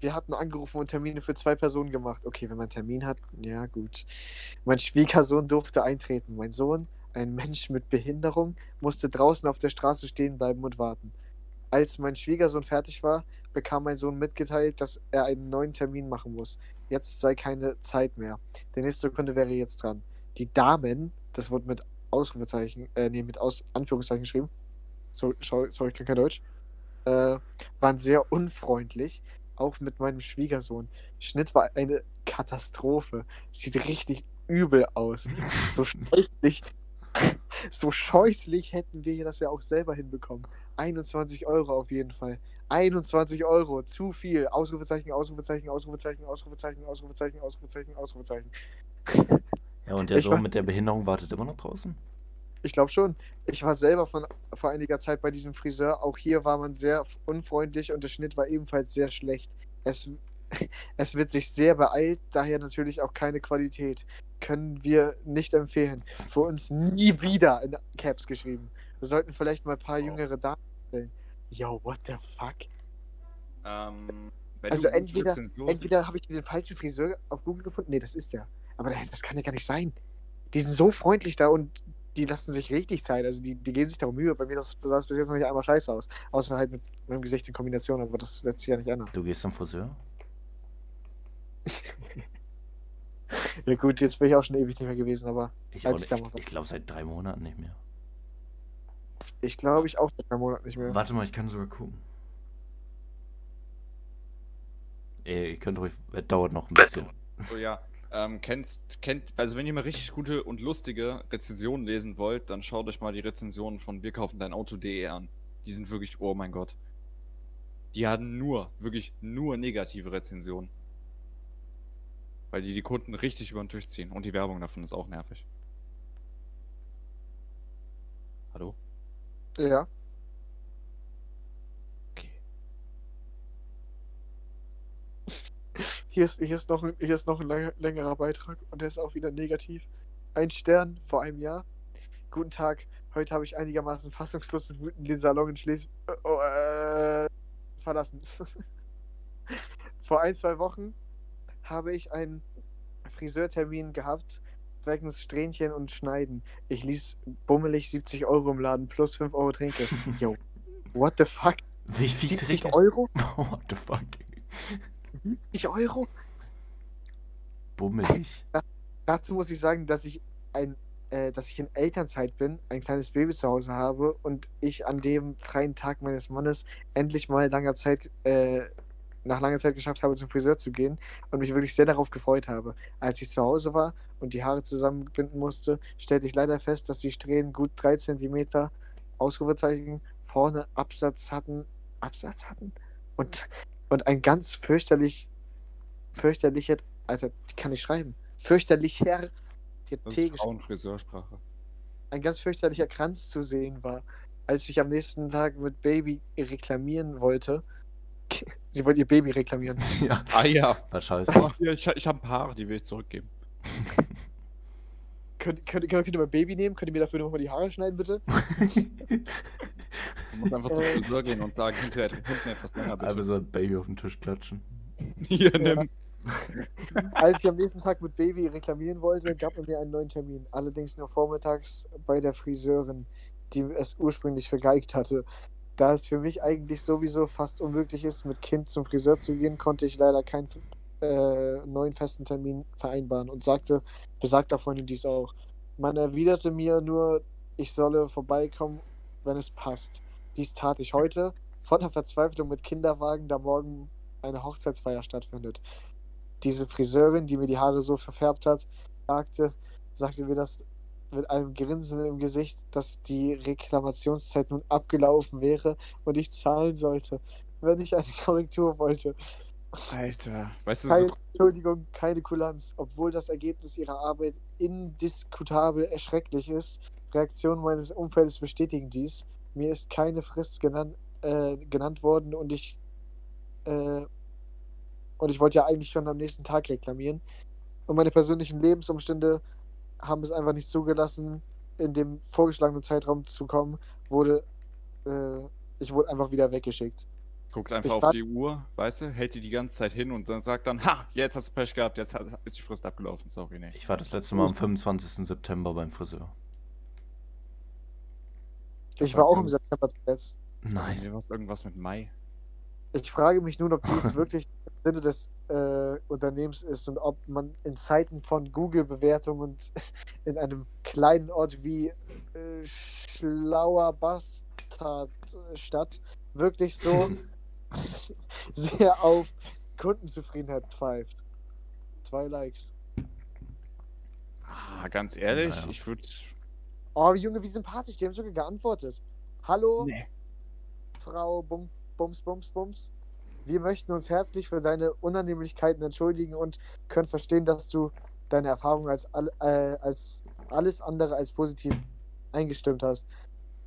Speaker 2: wir hatten angerufen und Termine für zwei Personen gemacht. Okay, wenn man einen Termin hat, ja gut. Mein Schwiegersohn durfte eintreten. Mein Sohn, ein Mensch mit Behinderung, musste draußen auf der Straße stehen bleiben und warten. Als mein Schwiegersohn fertig war, bekam mein Sohn mitgeteilt, dass er einen neuen Termin machen muss. Jetzt sei keine Zeit mehr. Der nächste Kunde wäre jetzt dran. Die Damen, das wurde mit Ausrufezeichen, äh, nee, mit Aus Anführungszeichen geschrieben. So, sorry, sorry, ich kann kein Deutsch. Äh, waren sehr unfreundlich, auch mit meinem Schwiegersohn. Schnitt war eine Katastrophe. Sieht richtig übel aus. So scheußlich. So scheußlich hätten wir das ja auch selber hinbekommen. 21 Euro auf jeden Fall. 21 Euro, zu viel. Ausrufezeichen, Ausrufezeichen, Ausrufezeichen, Ausrufezeichen, Ausrufezeichen, Ausrufezeichen, Ausrufezeichen.
Speaker 3: Ja, und der
Speaker 2: Ich
Speaker 3: Sohn
Speaker 2: weiß-
Speaker 3: mit der Behinderung wartet immer noch draußen?
Speaker 2: Ich glaube schon. Ich war selber von, vor einiger Zeit bei diesem Friseur. Auch hier war man sehr unfreundlich und der Schnitt war ebenfalls sehr schlecht. Es, es wird sich sehr beeilt, daher natürlich auch keine Qualität. Können wir nicht empfehlen. Für uns nie wieder in Caps geschrieben. Wir sollten vielleicht mal ein paar
Speaker 1: Wow.
Speaker 2: jüngere Damen stellen. Yo, what the fuck?
Speaker 1: Ähm, wenn
Speaker 2: Also
Speaker 1: du gute ähm,
Speaker 2: entweder- Also
Speaker 1: Rezensionen-
Speaker 2: Entweder habe ich den falschen Friseur auf Google gefunden. Nee, das ist der. Aber das kann ja gar nicht sein. Die sind so freundlich da und die lassen sich richtig Zeit. Also die, die geben sich darum Mühe. Bei mir das, sah es bis jetzt noch nicht einmal scheiße aus. Außer halt mit meinem Gesicht in Kombination, aber das lässt sich ja nicht ändern.
Speaker 3: Du gehst zum Friseur?
Speaker 2: Ja gut, jetzt bin ich auch schon ewig nicht mehr gewesen, aber
Speaker 3: Ich, auch
Speaker 2: Als
Speaker 3: nicht.
Speaker 2: ich da mal
Speaker 3: ich,
Speaker 2: war.
Speaker 3: ich glaube seit drei Monaten nicht mehr.
Speaker 2: ich glaube, ich auch seit einem Monat nicht mehr.
Speaker 3: Warte mal, ich kann sogar gucken. Ey, ihr könnt ruhig. Es dauert noch ein bisschen.
Speaker 1: Oh ja. Ähm, kennst, kennt, also wenn ihr mal richtig gute und lustige Rezensionen lesen wollt, dann schaut euch mal die Rezensionen von wir kaufen dein Auto.de an. Die sind wirklich, oh mein Gott. Die hatten nur, wirklich nur negative Rezensionen. Weil die die Kunden richtig über den Tisch ziehen und die Werbung davon ist auch nervig. Hallo?
Speaker 2: Ja.
Speaker 1: Okay.
Speaker 2: Hier ist, hier ist noch, ein- hier ist noch ein lang- längerer Beitrag und der ist auch wieder negativ. Ein Stern vor einem Jahr. Guten Tag. Heute habe ich einigermaßen fassungslos und wütend den Salon in Schleswig äh, oh, äh, verlassen. vor ein, zwei Wochen habe ich einen Friseurtermin gehabt, wegen Strähnchen und Schneiden. Ich ließ bummelig 70 Euro im Laden plus 5 Euro Trinke. Yo, what the fuck?
Speaker 3: Wie viel
Speaker 2: 70
Speaker 3: trinken?
Speaker 2: Euro?
Speaker 3: What the fuck?
Speaker 2: 70 Euro?
Speaker 3: Bummelig.
Speaker 2: Dazu muss ich sagen, dass ich ein, äh, dass ich in Elternzeit bin, ein kleines Baby zu Hause habe und ich an dem freien Tag meines Mannes endlich mal langer Zeit, äh, nach langer Zeit geschafft habe, zum Friseur zu gehen und mich wirklich sehr darauf gefreut habe. Als ich zu Hause war und die Haare zusammenbinden musste, stellte ich leider fest, dass die Strähnen gut 3 cm Ausrufezeichen vorne Absatz hatten, Absatz hatten und, und ein ganz fürchterlich, fürchterliches, also ich kann nicht schreiben, fürchterlicher, die hat
Speaker 1: Das
Speaker 2: T
Speaker 1: ist
Speaker 2: geschrieben
Speaker 1: Frauenfriseursprache.
Speaker 2: ein ganz fürchterlicher Kranz zu sehen war, als ich am nächsten Tag mit Baby reklamieren wollte. Sie wollte ihr Baby reklamieren.
Speaker 3: ja,
Speaker 1: Ah ja.
Speaker 3: was scheiße.
Speaker 1: Ach, hier, ich, ich habe ein paar, die will ich zurückgeben.
Speaker 2: Könnt, könnt, könnt, könnt ihr mein Baby nehmen? Könnt ihr mir dafür nochmal die Haare schneiden, bitte?
Speaker 1: Du musst einfach zum
Speaker 2: Äh.
Speaker 1: Friseur gehen und sagen, hinterher trinkt hinten etwas länger bitte.
Speaker 3: Einfach so ein Baby auf den Tisch klatschen.
Speaker 1: Hier,
Speaker 2: Ja.
Speaker 1: nimm.
Speaker 2: Als ich am nächsten Tag mit Baby reklamieren wollte, gab man mir einen neuen Termin. Allerdings nur vormittags bei der Friseurin, die es ursprünglich vergeigt hatte. Da es für mich eigentlich sowieso fast unmöglich ist, mit Kind zum Friseur zu gehen, konnte ich leider keinen äh, neuen festen Termin vereinbaren und sagte besagter Freundin dies auch. Man erwiderte mir nur, ich solle vorbeikommen, wenn es passt. Dies tat ich heute, voller Verzweiflung mit Kinderwagen, da morgen eine Hochzeitsfeier stattfindet diese Friseurin, die mir die Haare so verfärbt hat, sagte, sagte mir das mit einem Grinsen im Gesicht, dass die Reklamationszeit nun abgelaufen wäre und ich zahlen sollte, wenn ich eine Korrektur wollte.
Speaker 1: Alter. Weißt du, so
Speaker 2: Keine Entschuldigung, keine Kulanz. Obwohl das Ergebnis ihrer Arbeit indiskutabel erschrecklich ist, Reaktionen meines Umfeldes bestätigen dies. Mir ist keine Frist genannt, äh, genannt worden und ich äh, und ich wollte ja eigentlich schon am nächsten Tag reklamieren. Und meine persönlichen Lebensumstände haben es einfach nicht zugelassen, in dem vorgeschlagenen Zeitraum zu kommen. Wurde äh, ich wurde einfach wieder weggeschickt.
Speaker 1: Guckt einfach
Speaker 2: Ich
Speaker 1: auf
Speaker 2: war-
Speaker 1: die Uhr, weißt du, hält die die ganze Zeit hin und dann sagt dann, ha, jetzt hast du Pech gehabt, jetzt hat, ist die Frist abgelaufen, sorry, nee.
Speaker 3: Ich war das letzte Mal am 25. September beim Friseur.
Speaker 2: Ich war auch im September zuletzt.
Speaker 1: Bei
Speaker 3: Nice.
Speaker 1: mir war es irgendwas mit Mai.
Speaker 2: Ich frage mich nun, ob dies wirklich im Sinne des äh, Unternehmens ist und ob man in Zeiten von Google-Bewertungen und in einem kleinen Ort wie äh, Schlauer Bastardstadt wirklich so sehr auf Kundenzufriedenheit pfeift. Zwei Likes.
Speaker 1: Ah, ganz ehrlich,
Speaker 3: Naja.
Speaker 1: ich würde.
Speaker 2: Oh, Junge, wie sympathisch, die haben sogar geantwortet. Hallo,
Speaker 1: Nee.
Speaker 2: Frau Bum, Bums, Bums, Bums. Wir möchten uns herzlich für deine Unannehmlichkeiten entschuldigen und können verstehen, dass du deine Erfahrung als, all, äh, als alles andere als positiv eingestimmt hast.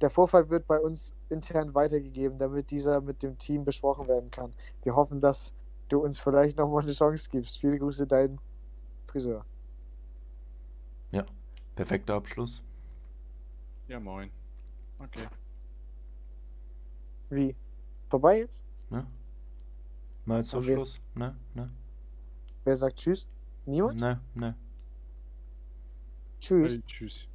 Speaker 2: Der Vorfall wird bei uns intern weitergegeben, damit dieser mit dem Team besprochen werden kann. Wir hoffen, dass du uns vielleicht nochmal eine Chance gibst. Viele Grüße, dein Friseur.
Speaker 3: Perfekter Abschluss.
Speaker 1: Ja, moin. Okay.
Speaker 2: Wie? Vorbei jetzt?
Speaker 3: Ne? Mal zum
Speaker 2: Dann wär's-
Speaker 3: Schluss. Ne? Ne?
Speaker 2: Wer sagt Tschüss? Niemand?
Speaker 3: Ne? Ne?
Speaker 2: Tschüss.
Speaker 1: Hey, tschüss.